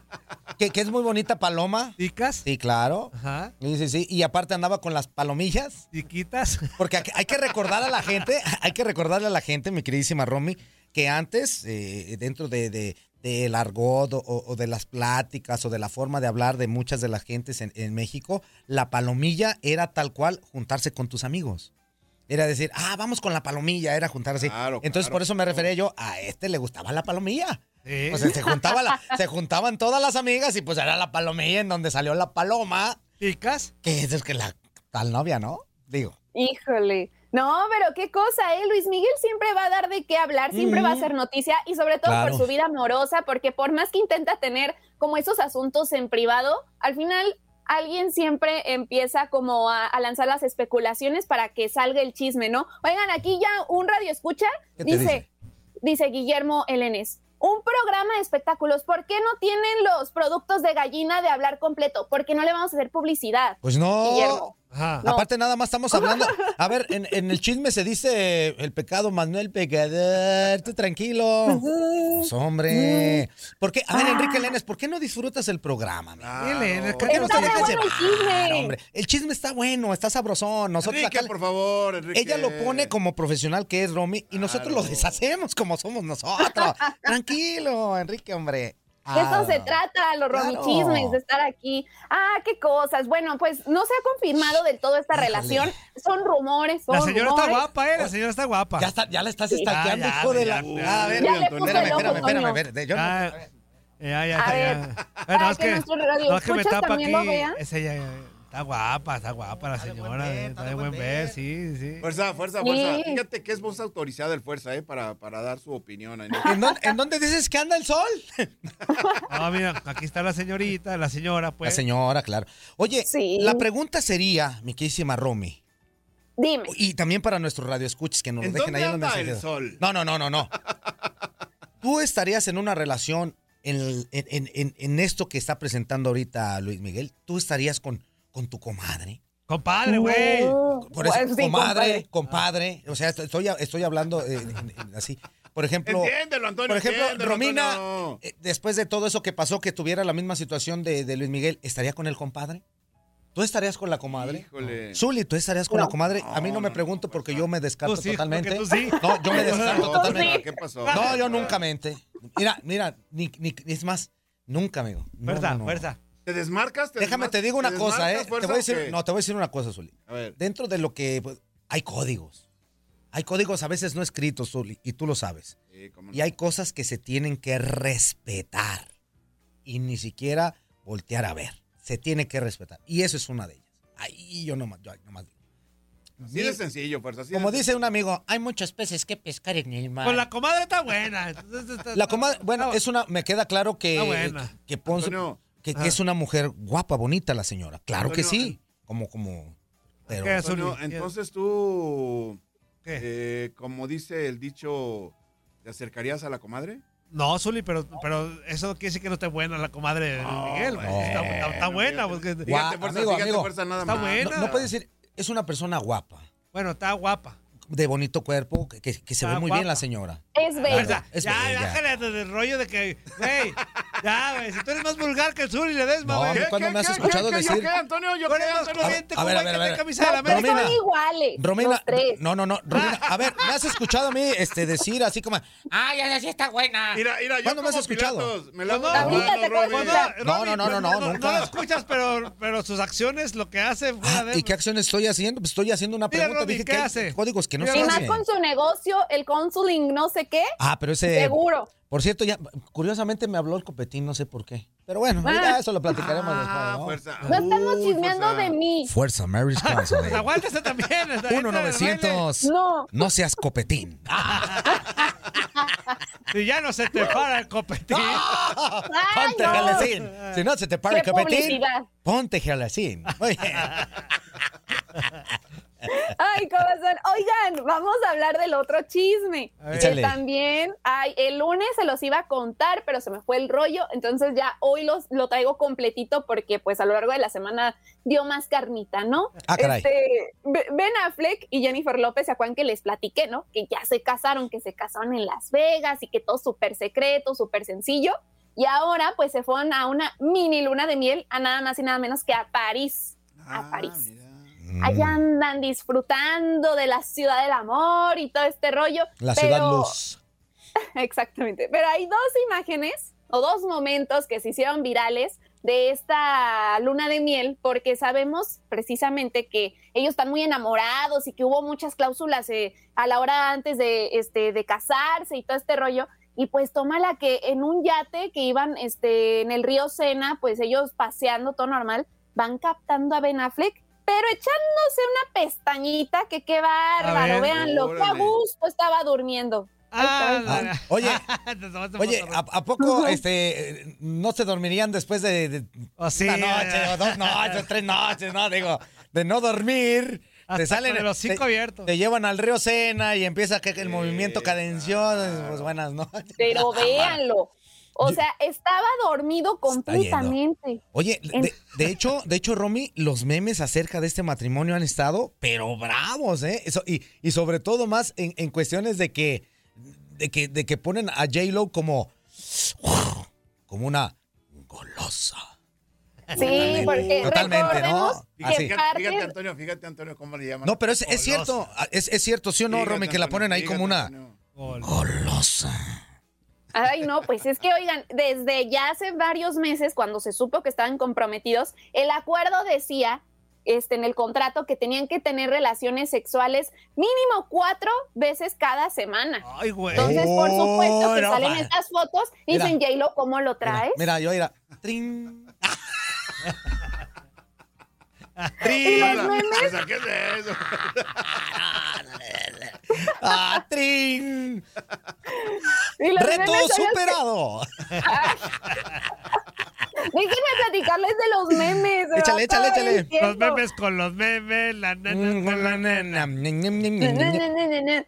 [SPEAKER 4] ¿Que, que es muy bonita Paloma.
[SPEAKER 5] ¿Ticas?
[SPEAKER 4] Sí, claro.
[SPEAKER 5] Ajá.
[SPEAKER 4] Sí, sí, sí. Y aparte andaba con las palomillas.
[SPEAKER 5] Tiquitas.
[SPEAKER 4] Porque hay que- hay que recordar a la gente, hay que recordarle a la gente, mi queridísima Romy, que antes, eh, dentro de, de- del argot o, o de las pláticas o de la forma de hablar de muchas de las gentes en, en México, la palomilla era tal cual juntarse con tus amigos. Era decir, ah, vamos con la palomilla, era juntarse. Entonces, por eso me refería yo, a este le gustaba la palomilla.
[SPEAKER 5] Sí.
[SPEAKER 4] O sea, se, juntaba la- se juntaban todas las amigas y pues era la palomilla en donde salió la paloma.
[SPEAKER 5] ¿Picas?
[SPEAKER 4] Que es, es que la tal novia, ¿no? Digo.
[SPEAKER 7] Híjole. No, pero qué cosa, ¿eh? Luis Miguel siempre va a dar de qué hablar, siempre va a ser noticia y sobre todo
[SPEAKER 4] Claro.
[SPEAKER 7] por su vida amorosa, porque por más que intenta tener como esos asuntos en privado, al final alguien siempre empieza como a, a lanzar las especulaciones para que salga el chisme, ¿no? Oigan, aquí ya un radio escucha,
[SPEAKER 4] ¿Qué te
[SPEAKER 7] dice, dice Guillermo Elenes. Un programa de espectáculos. ¿Por qué no tienen los productos de gallina de hablar completo? Porque no le vamos a hacer publicidad.
[SPEAKER 4] Pues no.
[SPEAKER 7] Guillermo. No.
[SPEAKER 4] Aparte, nada más estamos hablando. A ver, en, en el chisme se dice el pecado, Manuel Pecador. Tú tranquilo. Pues, hombre. ¿Por qué? A ver, Enrique Lenes, ¿por qué no disfrutas el programa? amigo?
[SPEAKER 5] Dile,
[SPEAKER 4] ¿Por qué no te
[SPEAKER 5] cállate.
[SPEAKER 4] dejas llevar, hombre? El chisme está bueno, está sabrosón. Nosotros
[SPEAKER 6] Enrique,
[SPEAKER 4] acá-
[SPEAKER 6] por favor, Enrique.
[SPEAKER 4] Ella lo pone como profesional que es Romy y nosotros lo deshacemos como somos nosotros. Tranquilo, Enrique, hombre.
[SPEAKER 7] De eso se
[SPEAKER 4] Ah.
[SPEAKER 7] trata, los
[SPEAKER 4] Claro.
[SPEAKER 7] romichismes, de estar aquí. Ah, qué cosas. Bueno, pues no se ha confirmado del todo esta relación. Son rumores, son
[SPEAKER 5] La señora está
[SPEAKER 7] rumores.
[SPEAKER 5] guapa, eh. La señora está guapa.
[SPEAKER 4] Ya, está- ya la estás
[SPEAKER 7] Sí.
[SPEAKER 4] estaqueando,
[SPEAKER 5] Ah, ya,
[SPEAKER 4] hijo de
[SPEAKER 5] ya, ya.
[SPEAKER 4] la. a ver,
[SPEAKER 7] Ya le
[SPEAKER 4] espérame,
[SPEAKER 7] puse
[SPEAKER 4] espérame,
[SPEAKER 7] el ojo,
[SPEAKER 4] espérame, espérame,
[SPEAKER 7] Toño.
[SPEAKER 4] a ver, yo no-
[SPEAKER 5] Ah, ya, ya,
[SPEAKER 7] A
[SPEAKER 5] ya,
[SPEAKER 7] ver,
[SPEAKER 5] ya.
[SPEAKER 7] para
[SPEAKER 5] no, es
[SPEAKER 7] que
[SPEAKER 5] que,
[SPEAKER 7] nuestros
[SPEAKER 5] no, es que me
[SPEAKER 7] radioescuchas
[SPEAKER 5] tapa aquí.
[SPEAKER 7] también lo vean.
[SPEAKER 5] Es ella, eh, está guapa, está guapa la señora. eh, Está de buen ver, sí, sí.
[SPEAKER 6] Fuerza, fuerza, fuerza.
[SPEAKER 7] Sí.
[SPEAKER 6] Fíjate que es voz autorizada el fuerza, ¿eh? Para, para dar su opinión. en-
[SPEAKER 4] ¿En dónde, en dónde dices que anda el sol?
[SPEAKER 5] Ah, mira, aquí está la señorita, la señora,
[SPEAKER 4] La
[SPEAKER 5] pues.
[SPEAKER 4] señora, claro. Oye,
[SPEAKER 7] Sí.
[SPEAKER 4] la pregunta sería, mi queridísima Romy,
[SPEAKER 7] Dime,
[SPEAKER 4] y también para nuestros radioescuches que nos lo
[SPEAKER 6] ¿En
[SPEAKER 4] dejen
[SPEAKER 6] dónde
[SPEAKER 4] ahí en los
[SPEAKER 6] anda el
[SPEAKER 4] mensajeros.
[SPEAKER 6] sol?
[SPEAKER 4] No, no, no, no, no. ¿Tú estarías en una relación en, en- en- en- en esto que está presentando ahorita Luis Miguel? ¿Tú estarías con, con tu comadre?
[SPEAKER 5] Compadre, güey.
[SPEAKER 4] Por eso,
[SPEAKER 7] Pues sí,
[SPEAKER 4] comadre, compadre. O sea, estoy, estoy hablando eh, en- en- así. Por ejemplo,
[SPEAKER 6] Entiéndelo, Antonio.
[SPEAKER 4] por ejemplo,
[SPEAKER 6] entiéndelo,
[SPEAKER 4] Romina,
[SPEAKER 6] Antonio.
[SPEAKER 4] eh, después de todo eso que pasó, que tuviera la misma situación de, de Luis Miguel, ¿estaría con el compadre? ¿Tú estarías con la comadre?
[SPEAKER 6] Híjole.
[SPEAKER 4] Zuli, ¿tú estarías con la comadre? A mí no, me pregunto porque yo me descarto
[SPEAKER 5] Tú sí,
[SPEAKER 4] totalmente.
[SPEAKER 5] porque tú sí.
[SPEAKER 4] No, yo me descarto
[SPEAKER 6] No,
[SPEAKER 4] totalmente.
[SPEAKER 6] no, ¿Qué pasó?
[SPEAKER 4] No, yo nunca mente. Mira, mira, ni, ni- es más, nunca, amigo. No,
[SPEAKER 5] Fuerza,
[SPEAKER 4] no, no.
[SPEAKER 5] fuerza.
[SPEAKER 6] ¿Te desmarcas?
[SPEAKER 4] Déjame,
[SPEAKER 6] desmar-
[SPEAKER 4] te digo una cosa,
[SPEAKER 6] desmarcas,
[SPEAKER 4] ¿eh? Te
[SPEAKER 6] fuerza,
[SPEAKER 4] voy a
[SPEAKER 6] o
[SPEAKER 4] decir,
[SPEAKER 6] qué?
[SPEAKER 4] no, te voy a decir una cosa, Zuli
[SPEAKER 6] A ver.
[SPEAKER 4] dentro de lo que pues, hay códigos. Hay códigos a veces no escritos, Zuli, y tú lo sabes.
[SPEAKER 6] Sí, cómo no.
[SPEAKER 4] Y hay cosas que se tienen que respetar y ni siquiera voltear a ver. Se tiene que respetar. Y eso es una de ellas. Ahí yo nomás, yo ahí nomás digo.
[SPEAKER 6] Así de sencillo, fuerza. así de
[SPEAKER 4] Como
[SPEAKER 6] sencillo.
[SPEAKER 4] dice un amigo, hay muchas peces que pescar en el mar.
[SPEAKER 5] Pues la comadre está buena. entonces está-
[SPEAKER 4] La comadre, bueno,
[SPEAKER 5] está-
[SPEAKER 4] es una, me queda claro que,
[SPEAKER 5] Está Ah, buena.
[SPEAKER 4] que, Ponce-
[SPEAKER 6] Antonio.
[SPEAKER 4] que, que
[SPEAKER 5] Ah.
[SPEAKER 4] es una mujer guapa, bonita la señora. Claro que
[SPEAKER 6] Antonio,
[SPEAKER 4] sí. Como, como, pero...
[SPEAKER 5] ¿Qué es?
[SPEAKER 6] Antonio,
[SPEAKER 5] Zuli,
[SPEAKER 6] entonces tú,
[SPEAKER 5] ¿Qué?
[SPEAKER 6] eh, como dice el dicho, ¿te acercarías a la comadre?
[SPEAKER 5] No, Zuli, pero, pero eso quiere decir que no esté buena la comadre de Luis Miguel. güey. Está, está- está buena. porque-
[SPEAKER 4] Guau,
[SPEAKER 6] Fíjate, fuerza,
[SPEAKER 4] Ah, amigo,
[SPEAKER 6] fíjate,
[SPEAKER 4] amigo.
[SPEAKER 6] fuerza, nada
[SPEAKER 5] Está
[SPEAKER 6] más.
[SPEAKER 5] bueno.
[SPEAKER 4] No, no puedes decir, es una persona guapa.
[SPEAKER 5] Bueno, está guapa.
[SPEAKER 4] de bonito cuerpo, que, que- que se
[SPEAKER 5] Está
[SPEAKER 4] ve muy
[SPEAKER 5] Ah,
[SPEAKER 4] bien
[SPEAKER 5] guapa.
[SPEAKER 4] la señora.
[SPEAKER 7] es bella.
[SPEAKER 5] Fuerza,
[SPEAKER 4] es
[SPEAKER 5] ya,
[SPEAKER 4] bella.
[SPEAKER 5] bájale de- del rollo de que, güey, ya, güey, si tú eres más vulgar que el Zuli, le des,
[SPEAKER 4] No,
[SPEAKER 5] güey.
[SPEAKER 4] ¿Cuándo me has escuchado
[SPEAKER 6] qué,
[SPEAKER 4] decir?
[SPEAKER 6] ¿Yo qué, Antonio? ¿Yo
[SPEAKER 5] Tú
[SPEAKER 6] qué,
[SPEAKER 5] eres más
[SPEAKER 6] Antonio?
[SPEAKER 5] corriente
[SPEAKER 4] A
[SPEAKER 5] como
[SPEAKER 4] ver, a
[SPEAKER 5] güey
[SPEAKER 4] ver,
[SPEAKER 5] que
[SPEAKER 4] a
[SPEAKER 5] tiene
[SPEAKER 4] ver.
[SPEAKER 5] camisa de la
[SPEAKER 4] No,
[SPEAKER 5] América.
[SPEAKER 4] Romina.
[SPEAKER 7] Son iguales.
[SPEAKER 4] Romina,
[SPEAKER 7] los tres.
[SPEAKER 4] no, no, no, Romina, a ver, me has escuchado a mí este, decir así como, ay, ay, sí está buena.
[SPEAKER 6] Mira, mira, yo
[SPEAKER 4] ¿Cuándo me has
[SPEAKER 6] como
[SPEAKER 4] escuchado?
[SPEAKER 6] Pilatos, me lavo
[SPEAKER 5] No,
[SPEAKER 6] las
[SPEAKER 7] ahorita
[SPEAKER 6] manos,
[SPEAKER 7] te
[SPEAKER 6] Robin.
[SPEAKER 7] cuento.
[SPEAKER 5] Bueno,
[SPEAKER 4] No,
[SPEAKER 5] Romy,
[SPEAKER 4] no, no, no, no, nunca.
[SPEAKER 5] lo escuchas, pero, pero sus acciones, lo que hace fuera
[SPEAKER 4] Ah,
[SPEAKER 5] de-
[SPEAKER 4] ¿Y qué acción estoy haciendo? Pues estoy haciendo una
[SPEAKER 5] Mira,
[SPEAKER 4] pregunta.
[SPEAKER 5] Romy,
[SPEAKER 4] Dije
[SPEAKER 5] ¿qué
[SPEAKER 4] que hay
[SPEAKER 5] hace?
[SPEAKER 4] códigos que
[SPEAKER 5] Mira,
[SPEAKER 4] no se
[SPEAKER 7] Y
[SPEAKER 5] Romina.
[SPEAKER 7] más
[SPEAKER 4] hacen.
[SPEAKER 7] con su negocio, el counseling, no sé qué.
[SPEAKER 4] Ah, pero ese...
[SPEAKER 7] Seguro.
[SPEAKER 4] Por cierto, ya, curiosamente me habló el copetín, no sé por qué. Pero bueno,
[SPEAKER 7] Ah.
[SPEAKER 4] ya eso lo platicaremos
[SPEAKER 6] Ah,
[SPEAKER 4] después,
[SPEAKER 6] fuerza.
[SPEAKER 7] No estamos
[SPEAKER 6] Uh,
[SPEAKER 7] chismeando
[SPEAKER 6] fuerza.
[SPEAKER 7] de mí.
[SPEAKER 4] ¿no? Fuerza, Mary's Council.
[SPEAKER 5] Pues aguántese también. hasta ahí está, baile.
[SPEAKER 4] 1-900.
[SPEAKER 7] No.
[SPEAKER 4] No seas copetín.
[SPEAKER 5] Si ya no se te para el copetín. Ah,
[SPEAKER 7] Ay,
[SPEAKER 4] Ponte
[SPEAKER 7] no.
[SPEAKER 4] jalecín. Si no se te para el
[SPEAKER 7] Qué
[SPEAKER 4] capetín,
[SPEAKER 7] publicidad.
[SPEAKER 4] ponte jalecín. Muy bien.
[SPEAKER 7] Ay, Ay, corazón. Oigan, vamos a hablar del otro chisme.
[SPEAKER 4] A ver.
[SPEAKER 7] Que
[SPEAKER 4] Échale.
[SPEAKER 7] también, ay, el lunes se los iba a contar, pero se me fue el rollo. Entonces ya hoy los, lo traigo completito porque pues a lo largo de la semana dio más carnita, ¿no?
[SPEAKER 4] Ah, caray.
[SPEAKER 7] Este, Be- ben Affleck y Jennifer López, ¿se acuerdan que les platiqué, no? Que ya se casaron, que se casaron en Las Vegas y que todo súper secreto, súper sencillo. Y ahora pues se fueron a una mini luna de miel a nada más y nada menos que a París. a París. Allá
[SPEAKER 4] Mm,
[SPEAKER 7] andan disfrutando de la ciudad del amor y todo este rollo.
[SPEAKER 4] La ciudad
[SPEAKER 7] pero-
[SPEAKER 4] luz.
[SPEAKER 7] Exactamente. Pero hay dos imágenes o dos momentos que se hicieron virales de esta luna de miel porque sabemos precisamente que ellos están muy enamorados y que hubo muchas cláusulas eh, a la hora antes de, este, de casarse y todo este rollo. Y pues toma la que en un yate que iban este, en el río Sena, pues ellos paseando todo normal, van captando a Ben Affleck, pero echándose una pestañita que qué bárbaro,
[SPEAKER 4] ver.
[SPEAKER 7] véanlo, qué a
[SPEAKER 4] Órale.
[SPEAKER 7] gusto estaba durmiendo. Ahí está, ahí está.
[SPEAKER 4] Ah, oye, oye, ¿a, a poco este eh, no se dormirían después de, de
[SPEAKER 5] Oh,
[SPEAKER 4] una noche
[SPEAKER 5] eh.
[SPEAKER 4] o dos noches, o tres noches, no? Digo, de no dormir. te
[SPEAKER 5] Hasta
[SPEAKER 4] salen
[SPEAKER 5] con los cinco
[SPEAKER 4] te-
[SPEAKER 5] abiertos.
[SPEAKER 4] Te llevan al río Sena y empieza que- el movimiento cadencioso. Pues buenas noches.
[SPEAKER 7] Pero véanlo. O sea, estaba dormido
[SPEAKER 4] yendo.
[SPEAKER 7] completamente.
[SPEAKER 4] Oye, de, de hecho, de hecho, Romy, los memes acerca de este matrimonio han estado, pero bravos, ¿eh? Eso- y, y sobre todo más en, en cuestiones de que, de que, de que ponen a J Lo como, como una golosa.
[SPEAKER 7] Sí, porque
[SPEAKER 4] Totalmente, ¿no?
[SPEAKER 7] recordemos que
[SPEAKER 4] Así.
[SPEAKER 6] Fíjate, fíjate,
[SPEAKER 7] parte-
[SPEAKER 6] Antonio, fíjate, Antonio, cómo le llaman.
[SPEAKER 4] No, pero es, es
[SPEAKER 6] Golosa.
[SPEAKER 4] cierto, ah, es, es cierto, ¿sí o no,
[SPEAKER 6] Fíjate,
[SPEAKER 4] Romy? Que la
[SPEAKER 6] Antonio,
[SPEAKER 4] ponen ahí como una
[SPEAKER 6] fíjate,
[SPEAKER 4] golosa.
[SPEAKER 7] Ay, no, pues es que, oigan, desde ya hace varios meses, cuando se supo que estaban comprometidos, el acuerdo decía este, en el contrato que tenían que tener relaciones sexuales mínimo cuatro veces cada semana.
[SPEAKER 5] Ay, güey.
[SPEAKER 7] Entonces, por supuesto, que
[SPEAKER 4] no,
[SPEAKER 7] salen
[SPEAKER 4] man.
[SPEAKER 7] estas fotos y
[SPEAKER 4] Mira.
[SPEAKER 7] dicen, J-Lo, ¿cómo lo traes?
[SPEAKER 4] Mira, yo mira. Trin. Trin.
[SPEAKER 7] Y los memes
[SPEAKER 6] O sea, ¿qué es eso?
[SPEAKER 4] Ah, trin.
[SPEAKER 7] Y los
[SPEAKER 4] Reto
[SPEAKER 7] memes son los que-
[SPEAKER 4] superado.
[SPEAKER 7] Déjenme platicarles de los memes. se me
[SPEAKER 4] Échale,
[SPEAKER 7] va
[SPEAKER 4] échale,
[SPEAKER 7] todo el
[SPEAKER 4] échale.
[SPEAKER 7] tiempo.
[SPEAKER 5] Los memes con los memes, la nena.
[SPEAKER 4] Mm, con la nena. Ñam, ñam, ñam,
[SPEAKER 7] Na,
[SPEAKER 4] ñam,
[SPEAKER 7] na,
[SPEAKER 4] ñam.
[SPEAKER 7] na, na, na,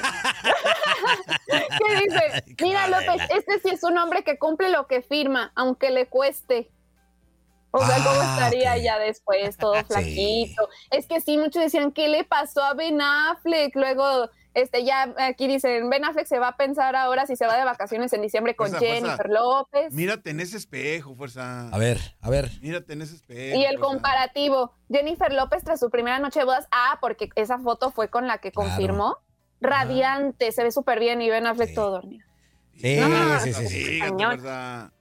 [SPEAKER 7] na. ¿Qué dice? Mira, López, este sí es un hombre que cumple lo que firma, aunque le cueste. O sea, ¿cómo
[SPEAKER 4] Ah,
[SPEAKER 7] estaría
[SPEAKER 4] ok.
[SPEAKER 7] ya después, todo flaquito? Es que sí, muchos decían, ¿qué le pasó a Ben Affleck? Luego, este, ya aquí dicen, Ben Affleck se va a pensar ahora si se va de vacaciones en diciembre con
[SPEAKER 6] Fuerza, fuerza.
[SPEAKER 7] Jennifer López.
[SPEAKER 6] Mírate en ese espejo, fuerza.
[SPEAKER 4] A ver, a ver.
[SPEAKER 6] Mírate en ese espejo.
[SPEAKER 7] Y el
[SPEAKER 6] fuerza.
[SPEAKER 7] comparativo, Jennifer López tras su primera noche de bodas, ah, porque esa foto fue con la que
[SPEAKER 4] Claro.
[SPEAKER 7] confirmó, radiante, se ve súper bien y Ben Affleck todo Ah. dormido.
[SPEAKER 4] Sí,
[SPEAKER 7] No,
[SPEAKER 4] sí, sí, sí.
[SPEAKER 6] Fíjate,
[SPEAKER 7] Cañón.
[SPEAKER 6] fuerza.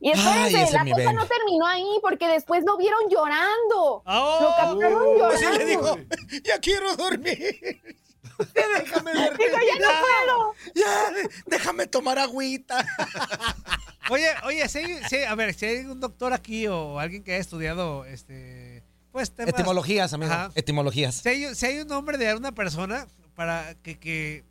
[SPEAKER 7] Y
[SPEAKER 4] Ay,
[SPEAKER 7] espérense,
[SPEAKER 4] ese
[SPEAKER 7] la
[SPEAKER 4] mi
[SPEAKER 7] cosa
[SPEAKER 4] Ben.
[SPEAKER 7] no terminó ahí porque después lo vieron llorando.
[SPEAKER 5] Oh.
[SPEAKER 7] lo captaron llorando.
[SPEAKER 4] Pues sí le dijo, ya quiero dormir. Ya déjame dormir.
[SPEAKER 7] Dijo, "Ya no puedo".
[SPEAKER 4] Ya, déjame tomar agüita.
[SPEAKER 5] Oye, oye, si hay- si hay- a ver, si hay un doctor aquí o alguien que haya estudiado, este, pues temas-
[SPEAKER 4] Etimologías, amigo.
[SPEAKER 5] Ajá.
[SPEAKER 4] Etimologías.
[SPEAKER 5] Si hay, si hay un nombre de una persona para que, que,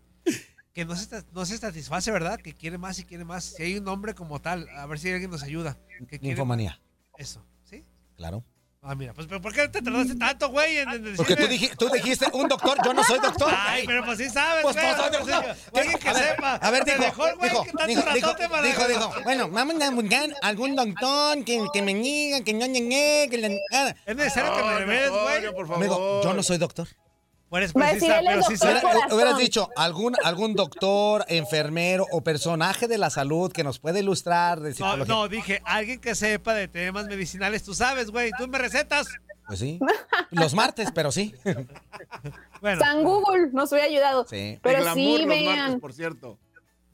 [SPEAKER 5] que no, se, ta- no se satisface, ¿verdad? Que quiere más y quiere más. Si hay un nombre como tal, a ver si alguien nos ayuda. Que quiere-
[SPEAKER 4] Ninfomanía,
[SPEAKER 5] Eso, ¿sí?
[SPEAKER 4] claro.
[SPEAKER 5] Ah, mira, pues, ¿pero ¿por qué te tardaste tanto, güey? en- en
[SPEAKER 4] Porque tú,
[SPEAKER 5] decirme?
[SPEAKER 4] dij- tú dijiste, un doctor, yo no soy doctor.
[SPEAKER 5] Ay, pero pues sí sabes,
[SPEAKER 4] Pues
[SPEAKER 5] güey.
[SPEAKER 4] no soy
[SPEAKER 5] pues,
[SPEAKER 4] doctor.
[SPEAKER 5] sí, alguien que
[SPEAKER 4] a ver,
[SPEAKER 5] sepa.
[SPEAKER 4] A ver,
[SPEAKER 5] Te
[SPEAKER 4] dijo,
[SPEAKER 5] dejó el güey
[SPEAKER 4] dijo,
[SPEAKER 5] que tanto
[SPEAKER 4] dijo, dijo,
[SPEAKER 5] ratote para-
[SPEAKER 4] dijo, dijo, bueno, vamos a buscar algún doctor que, que me diga, que no llegué, que la... nada".
[SPEAKER 5] Es necesario que me
[SPEAKER 6] Antonio,
[SPEAKER 5] reveles, güey.
[SPEAKER 6] Antonio, por favor.
[SPEAKER 4] Amigo, yo no soy doctor.
[SPEAKER 5] Pues,
[SPEAKER 7] Va a
[SPEAKER 5] pues, sí
[SPEAKER 7] decir,
[SPEAKER 5] sabe,
[SPEAKER 7] él es
[SPEAKER 5] pero sí
[SPEAKER 7] doctor.
[SPEAKER 5] sabe.
[SPEAKER 4] Hubiera-
[SPEAKER 7] corazón.
[SPEAKER 4] hubieras dicho algún, algún doctor, enfermero o personaje de la salud que nos puede ilustrar de
[SPEAKER 5] No,
[SPEAKER 4] psicología.
[SPEAKER 5] Ah, no, dije, alguien que sepa de temas medicinales, tú sabes, güey, tú me recetas.
[SPEAKER 4] Pues sí. Los martes, pero sí.
[SPEAKER 5] Bueno,
[SPEAKER 7] San Google nos hubiera ayudado.
[SPEAKER 4] Sí.
[SPEAKER 7] Pero
[SPEAKER 6] El glamour
[SPEAKER 7] sí,
[SPEAKER 6] los martes,
[SPEAKER 7] vean.
[SPEAKER 6] por cierto.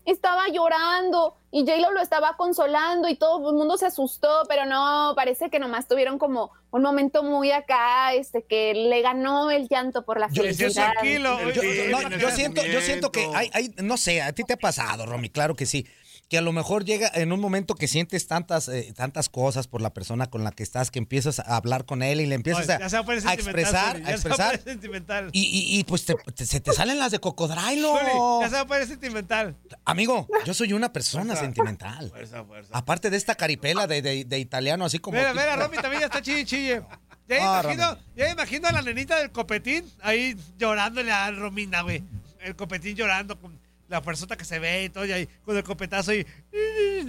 [SPEAKER 7] estaba llorando y J-Lo lo estaba consolando y todo el mundo se asustó, pero no, parece que nomás tuvieron como un momento muy acá, este, que le ganó el llanto por la
[SPEAKER 4] Yo- yo
[SPEAKER 5] yo
[SPEAKER 7] felicidad.
[SPEAKER 5] tranquilo.
[SPEAKER 6] El
[SPEAKER 5] oye,
[SPEAKER 4] Yo,
[SPEAKER 6] Sí,
[SPEAKER 4] no,
[SPEAKER 6] en el
[SPEAKER 4] yo siento, yo siento que hay,
[SPEAKER 6] sentimiento.
[SPEAKER 4] hay- no sé, a ti te ha pasado, Romy, claro que sí. Que a lo mejor llega en un momento que sientes tantas, eh, tantas cosas por la persona con la que estás, que empiezas a hablar con él y le empiezas
[SPEAKER 5] Oye,
[SPEAKER 4] a,
[SPEAKER 5] ya se va a poner
[SPEAKER 4] a
[SPEAKER 5] sentimental,
[SPEAKER 4] expresar,
[SPEAKER 5] Zuli, ya
[SPEAKER 4] a
[SPEAKER 5] se va a
[SPEAKER 4] expresar.
[SPEAKER 5] poner sentimental.
[SPEAKER 4] Y, y- y, pues te- te- se te salen las de cocodrilo.
[SPEAKER 5] Zuli, ya se va a poner sentimental.
[SPEAKER 4] Amigo, yo soy una persona sentimental.
[SPEAKER 6] Fuerza, fuerza.
[SPEAKER 4] Aparte de esta caripela de, de- de italiano, así como.
[SPEAKER 5] Mira,
[SPEAKER 4] tipo-
[SPEAKER 5] mira, Romy también ya está chille, chille. Ya me
[SPEAKER 4] Ah,
[SPEAKER 5] imagino, ya me imagino a la nenita del copetín ahí llorándole a Romina, güey. El copetín llorando con la fuerzota que se ve y todo, y ahí con el copetazo y.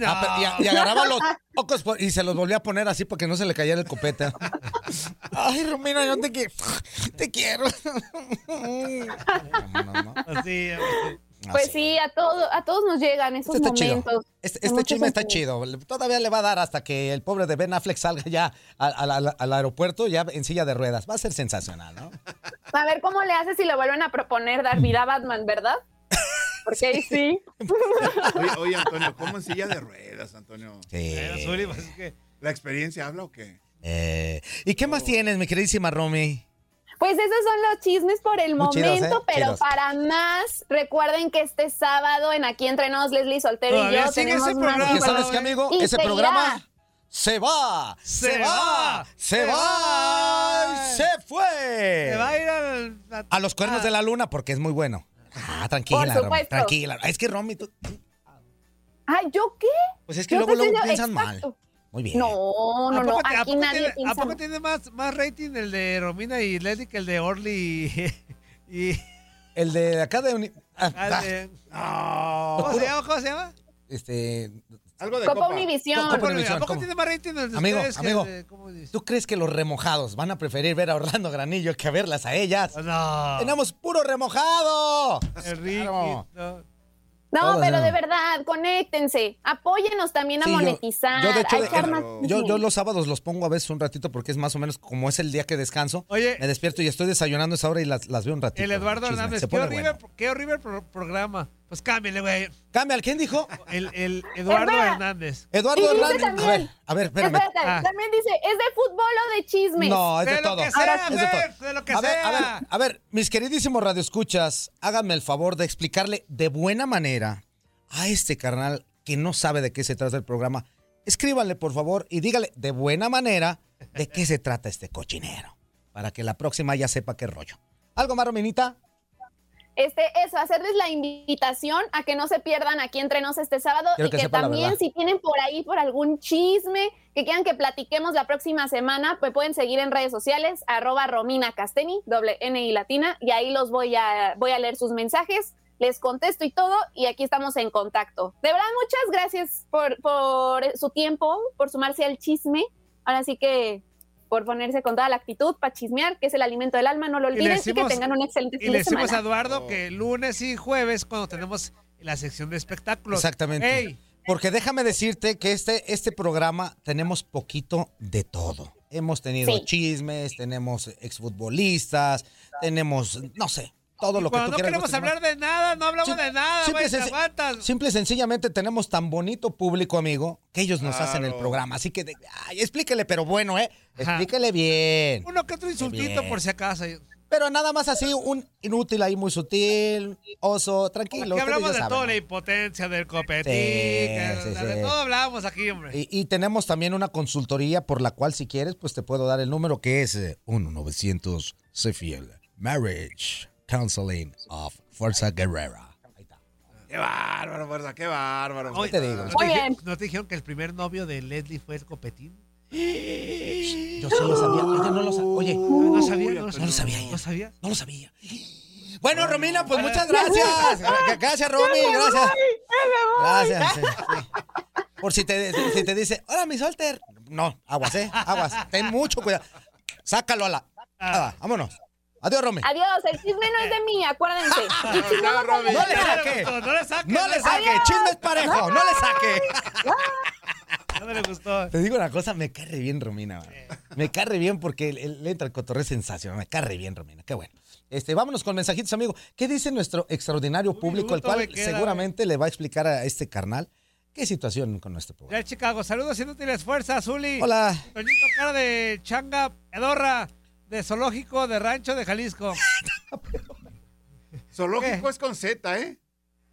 [SPEAKER 4] Ah, pero- y, y agarraba los ocos por- y se los volvía a poner así para que no se le cayera el copete. Ay, Romina, yo te quiero. Te quiero.
[SPEAKER 5] Así,
[SPEAKER 7] Pues sí, a, todo, a todos nos llegan esos
[SPEAKER 4] Este está chido.
[SPEAKER 7] momentos.
[SPEAKER 4] Este,
[SPEAKER 7] Con
[SPEAKER 4] este
[SPEAKER 7] mucho
[SPEAKER 4] chisme está
[SPEAKER 7] sentido.
[SPEAKER 4] chido. Todavía le va a dar hasta que el pobre de Ben Affleck salga ya al, al- al aeropuerto, ya en silla de ruedas. Va a ser sensacional, ¿no?
[SPEAKER 7] A ver cómo le hace si le vuelven a proponer dar vida a Batman, ¿verdad? Porque ahí sí.
[SPEAKER 6] Oye, oye, Antonio, ¿cómo en silla de ruedas, Antonio?
[SPEAKER 4] Sí.
[SPEAKER 5] pues
[SPEAKER 6] ¿La experiencia habla o qué?
[SPEAKER 4] Eh, ¿Y qué más tienes, mi queridísima Romy?
[SPEAKER 7] Pues esos son los chismes por el
[SPEAKER 4] Muy
[SPEAKER 7] momento,
[SPEAKER 4] chidos, ¿eh?
[SPEAKER 7] pero
[SPEAKER 4] Chidos.
[SPEAKER 7] para más, recuerden que este sábado en Aquí Entre Nos, Leslie Soltero y
[SPEAKER 4] Todavía
[SPEAKER 7] yo
[SPEAKER 4] sigue
[SPEAKER 7] tenemos
[SPEAKER 4] ese
[SPEAKER 7] más
[SPEAKER 4] programa, Porque sabes
[SPEAKER 7] información.
[SPEAKER 4] qué, amigo,
[SPEAKER 7] Y
[SPEAKER 4] ese
[SPEAKER 7] se
[SPEAKER 4] programa
[SPEAKER 7] irá.
[SPEAKER 4] se va, se,
[SPEAKER 7] Se
[SPEAKER 4] va,
[SPEAKER 7] va,
[SPEAKER 4] se
[SPEAKER 7] se
[SPEAKER 4] va, y se fue.
[SPEAKER 5] Se va Ah. a ir al. a-
[SPEAKER 4] A los cuernos de la luna porque es muy bueno. Ah, tranquila,
[SPEAKER 7] Por
[SPEAKER 4] Romy,
[SPEAKER 7] supuesto.
[SPEAKER 4] tranquila. Es que Romy, tú-
[SPEAKER 7] Ay, ¿yo qué?
[SPEAKER 4] pues es que
[SPEAKER 7] Yo
[SPEAKER 4] luego,
[SPEAKER 7] te
[SPEAKER 4] luego
[SPEAKER 7] estoy-
[SPEAKER 4] piensan mal.
[SPEAKER 7] exacto.
[SPEAKER 4] Muy bien.
[SPEAKER 7] No, no,
[SPEAKER 5] ¿A
[SPEAKER 7] no,
[SPEAKER 5] poco te- a
[SPEAKER 7] aquí
[SPEAKER 5] poco
[SPEAKER 7] nadie
[SPEAKER 5] tiene- ¿A
[SPEAKER 7] piensa.
[SPEAKER 5] poco tiene más, más rating el de Romina y Leslie que el de Orly y. y-
[SPEAKER 4] El de acá de... Uni- ah,
[SPEAKER 5] al
[SPEAKER 4] ah,
[SPEAKER 5] de- ¿Cómo se llama? ¿Cómo se llama?
[SPEAKER 4] este...
[SPEAKER 6] Algo
[SPEAKER 7] de Copa Copa. Univisión.
[SPEAKER 4] Copa
[SPEAKER 5] Pero,
[SPEAKER 4] Univisión,
[SPEAKER 5] ¿A poco
[SPEAKER 4] Copa-
[SPEAKER 5] tiene más rating el de
[SPEAKER 4] Amigo,
[SPEAKER 5] ustedes que el
[SPEAKER 4] amigo.
[SPEAKER 5] de- cómo dice?
[SPEAKER 4] ¿Tú crees que los remojados van a preferir ver a Orlando Granillo que a verlas a ellas?
[SPEAKER 5] Ah. No.
[SPEAKER 4] ¡Tenemos puro remojado!
[SPEAKER 5] El Ricky,
[SPEAKER 4] Claro.
[SPEAKER 5] no.
[SPEAKER 7] No,
[SPEAKER 4] Todos,
[SPEAKER 7] pero
[SPEAKER 4] ¿no?
[SPEAKER 7] de verdad, conéctense, apóyenos también a
[SPEAKER 4] Sí, yo-
[SPEAKER 7] monetizar,
[SPEAKER 4] Yo, de hecho,
[SPEAKER 7] a
[SPEAKER 4] de-
[SPEAKER 7] echar
[SPEAKER 4] el-
[SPEAKER 7] más
[SPEAKER 4] yo,
[SPEAKER 7] chisme.
[SPEAKER 4] yo los sábados los pongo a veces un ratito porque es más o menos como es el día que descanso.
[SPEAKER 5] Oye.
[SPEAKER 4] Me despierto y estoy desayunando a esa hora y las, las veo un ratito.
[SPEAKER 5] El Eduardo
[SPEAKER 4] Chisme,
[SPEAKER 5] Hernández,
[SPEAKER 4] se
[SPEAKER 5] qué
[SPEAKER 4] pone
[SPEAKER 5] horrible,
[SPEAKER 4] bueno.
[SPEAKER 5] qué horrible pro- programa. Pues cámbiale, güey.
[SPEAKER 4] Cambia, ¿quién dijo?
[SPEAKER 5] El, el
[SPEAKER 7] Eh,
[SPEAKER 5] Eduardo
[SPEAKER 7] Espera.
[SPEAKER 5] Hernández.
[SPEAKER 7] Y
[SPEAKER 4] Eduardo
[SPEAKER 7] dice
[SPEAKER 4] Hernández. A
[SPEAKER 7] también-
[SPEAKER 4] ver, a ver, espérame.
[SPEAKER 7] Espérate,
[SPEAKER 5] Ah.
[SPEAKER 7] también dice, ¿es de fútbol o de chismes?
[SPEAKER 4] No, Ah, es de,
[SPEAKER 5] De lo
[SPEAKER 4] todo.
[SPEAKER 5] que sea,
[SPEAKER 4] Ahora sí, es de
[SPEAKER 5] Fer,
[SPEAKER 4] todo.
[SPEAKER 5] de lo que
[SPEAKER 4] a ver, a ver,
[SPEAKER 5] sea.
[SPEAKER 4] a ver, mis queridísimos radioescuchas, háganme el favor de explicarle de buena manera a este carnal que no sabe de qué se trata el programa. Escríbanle, por favor, y dígale de buena manera de qué se trata este cochinero. Para que la próxima ya sepa qué rollo. ¿Algo más, Rominita?
[SPEAKER 7] Este, eso, hacerles la invitación a que no se pierdan aquí entre nos este sábado
[SPEAKER 4] Quiero
[SPEAKER 7] y
[SPEAKER 4] que
[SPEAKER 7] que,
[SPEAKER 4] sepa la
[SPEAKER 7] también
[SPEAKER 4] verdad.
[SPEAKER 7] si tienen por ahí por algún chisme que quieran que platiquemos la próxima semana, pues pueden seguir en redes sociales, arroba Romina Casteni, doble N y latina, y ahí los voy a, voy a leer sus mensajes, les contesto y todo, y aquí estamos en contacto. De verdad, muchas gracias por, por su tiempo, por sumarse al chisme, ahora sí que por ponerse con toda la actitud para chismear, que es el alimento del alma, no lo
[SPEAKER 5] le
[SPEAKER 7] olviden, y,
[SPEAKER 5] decimos-
[SPEAKER 7] que tengan un excelente
[SPEAKER 5] Y
[SPEAKER 7] fin
[SPEAKER 5] le
[SPEAKER 7] de
[SPEAKER 5] decimos
[SPEAKER 7] semana.
[SPEAKER 5] a Eduardo que lunes y jueves, cuando tenemos la sección de espectáculos.
[SPEAKER 4] Exactamente.
[SPEAKER 5] Ey,
[SPEAKER 4] Porque déjame decirte que este, este programa tenemos poquito de todo. Hemos tenido
[SPEAKER 7] Sí.
[SPEAKER 4] chismes, tenemos exfutbolistas, tenemos, no sé, todo lo que tú
[SPEAKER 5] cuando no
[SPEAKER 4] quieras,
[SPEAKER 5] queremos
[SPEAKER 4] gustes y
[SPEAKER 5] hablar de nada, no hablamos
[SPEAKER 4] Sí,
[SPEAKER 5] de nada,
[SPEAKER 4] simple
[SPEAKER 5] güey,
[SPEAKER 4] y
[SPEAKER 5] te
[SPEAKER 4] senc-
[SPEAKER 5] aguantas.
[SPEAKER 4] Simple y sencillamente tenemos tan bonito público, amigo, que ellos nos hacen el
[SPEAKER 6] Claro.
[SPEAKER 4] programa. Así que, de- ay, explíquele, pero bueno, ¿eh?
[SPEAKER 5] Ajá.
[SPEAKER 4] Explíquele bien.
[SPEAKER 5] Uno que otro insultito
[SPEAKER 4] bien.
[SPEAKER 5] por si acaso.
[SPEAKER 4] Pero nada más así, un inútil ahí muy sutil, oso, tranquilo.
[SPEAKER 5] Aquí
[SPEAKER 4] ustedes
[SPEAKER 5] hablamos
[SPEAKER 4] ya
[SPEAKER 5] de
[SPEAKER 4] saben,
[SPEAKER 5] toda
[SPEAKER 4] ¿no?
[SPEAKER 5] la impotencia del copetín,
[SPEAKER 4] Sí,
[SPEAKER 5] que-
[SPEAKER 4] sí,
[SPEAKER 5] de
[SPEAKER 4] sí.
[SPEAKER 5] todo hablamos aquí, hombre.
[SPEAKER 4] Y, y tenemos también una consultoría por la cual, si quieres, pues te puedo dar el número que es eh, 1-900 Sé Fiel. Marriage Counseling of Fuerza Guerrera.
[SPEAKER 6] Qué bárbaro, ¿verdad? Qué bárbaro.
[SPEAKER 5] Oye,
[SPEAKER 4] te digo?
[SPEAKER 5] ¿no,
[SPEAKER 7] Muy
[SPEAKER 5] te dije-
[SPEAKER 7] bien.
[SPEAKER 5] ¿no te dijeron que el primer novio de Leslie fue el copetín?
[SPEAKER 4] Yo sí lo sabía. Ella no lo sabía. Oye,
[SPEAKER 5] No lo sabía, no lo
[SPEAKER 6] Uy,
[SPEAKER 5] sabía.
[SPEAKER 4] no lo sabía ella.
[SPEAKER 5] ¿No sabía?
[SPEAKER 4] No lo sabía. Bueno, Romina, pues muchas gracias. Gra- Gracias, Romy. Gracias. Gracias. sí, sí. Por si te, si te dice, hola, mi solter. No, aguas, eh. Aguas. Ten mucho cuidado. Sácalo a la. ah, vámonos. Adiós, Romy.
[SPEAKER 7] Adiós, el chisme no es de mí, acuérdense. Y si no,
[SPEAKER 6] Ya, Robin.
[SPEAKER 4] No
[SPEAKER 5] No
[SPEAKER 4] le
[SPEAKER 5] le
[SPEAKER 4] saque.
[SPEAKER 5] gustó, No le saque.
[SPEAKER 4] No le saque. Chismes parejo. No le saque.
[SPEAKER 5] No le gustó.
[SPEAKER 4] Te digo una cosa, me carre bien Romina. mano. Me carre bien porque él- él le entra el cotorreo sensacional. Me carre bien Romina, qué bueno. Este, vámonos con mensajitos, amigo. ¿Qué dice nuestro extraordinario público, el
[SPEAKER 5] minuto
[SPEAKER 4] cual
[SPEAKER 5] me queda,
[SPEAKER 4] seguramente le va a explicar a este carnal qué situación con nuestro programa?
[SPEAKER 5] Ya, Chicago, saludos y no tienes fuerza, Zuli.
[SPEAKER 4] Hola.
[SPEAKER 5] Toñito Cara de Changa, Edorra, de Zoológico, de Rancho de Jalisco.
[SPEAKER 6] Zoológico
[SPEAKER 5] ¿Qué?
[SPEAKER 6] es con Z, ¿eh?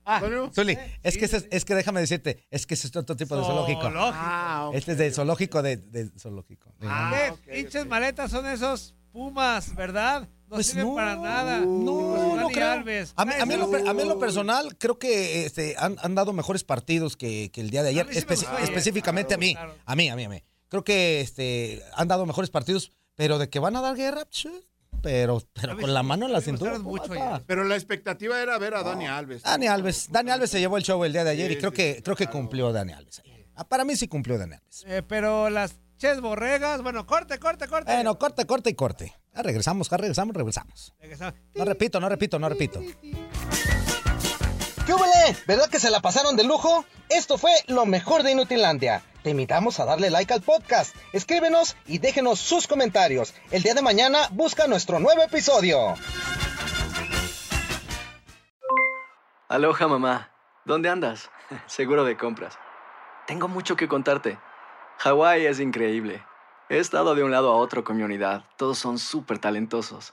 [SPEAKER 5] Ah,
[SPEAKER 6] Antonio.
[SPEAKER 4] Zuli, es que, ese es, es que déjame decirte, es que ese es otro tipo de zoológico.
[SPEAKER 6] Ah, ok.
[SPEAKER 4] Este es de zoológico de, de zoológico.
[SPEAKER 6] Ah,
[SPEAKER 5] ¿Qué
[SPEAKER 6] ok,
[SPEAKER 5] pinches
[SPEAKER 6] ok.
[SPEAKER 5] maletas son esos pumas, verdad? No
[SPEAKER 4] Pues
[SPEAKER 5] sirven
[SPEAKER 4] no,
[SPEAKER 5] para nada.
[SPEAKER 4] No, no
[SPEAKER 5] Dani
[SPEAKER 4] creo.
[SPEAKER 5] Alves.
[SPEAKER 4] A mí, a mí en lo, per- a mí en lo personal, creo que este, han, han dado mejores partidos que, que el día de ayer,
[SPEAKER 5] A mí sí me
[SPEAKER 4] espe-
[SPEAKER 5] gustó ayer,
[SPEAKER 4] específicamente a mí,
[SPEAKER 5] claro.
[SPEAKER 4] a mí, a mí, a mí. Creo que este, han dado mejores partidos, Pero de que van a dar guerra, psh, pero, pero con la mano en la cintura.
[SPEAKER 14] Pero la expectativa era ver a Dani Alves.
[SPEAKER 4] Dani Alves, Dani Alves se llevó el show el día de ayer y creo que, creo que cumplió Dani Alves. ahí. Ah, Para mí sí cumplió Dani Alves.
[SPEAKER 5] Eh, pero las ches borregas, bueno, corte, corte, corte.
[SPEAKER 4] Bueno, corte, corte y corte. Ya regresamos, ya regresamos, regresamos.
[SPEAKER 5] Regresamos.
[SPEAKER 4] No repito, no repito, no repito.
[SPEAKER 15] ¿Qué hubole? ¿Verdad que se la pasaron de lujo? Esto fue lo mejor de Inutilandia. Te invitamos a darle like al podcast, escríbenos y déjenos sus comentarios. El día de mañana busca nuestro nuevo episodio.
[SPEAKER 7] Aloha mamá, ¿dónde andas? Seguro de compras. Tengo mucho que contarte. Hawái es increíble. He estado de un lado a otro con mi unidad. Todos son súper talentosos.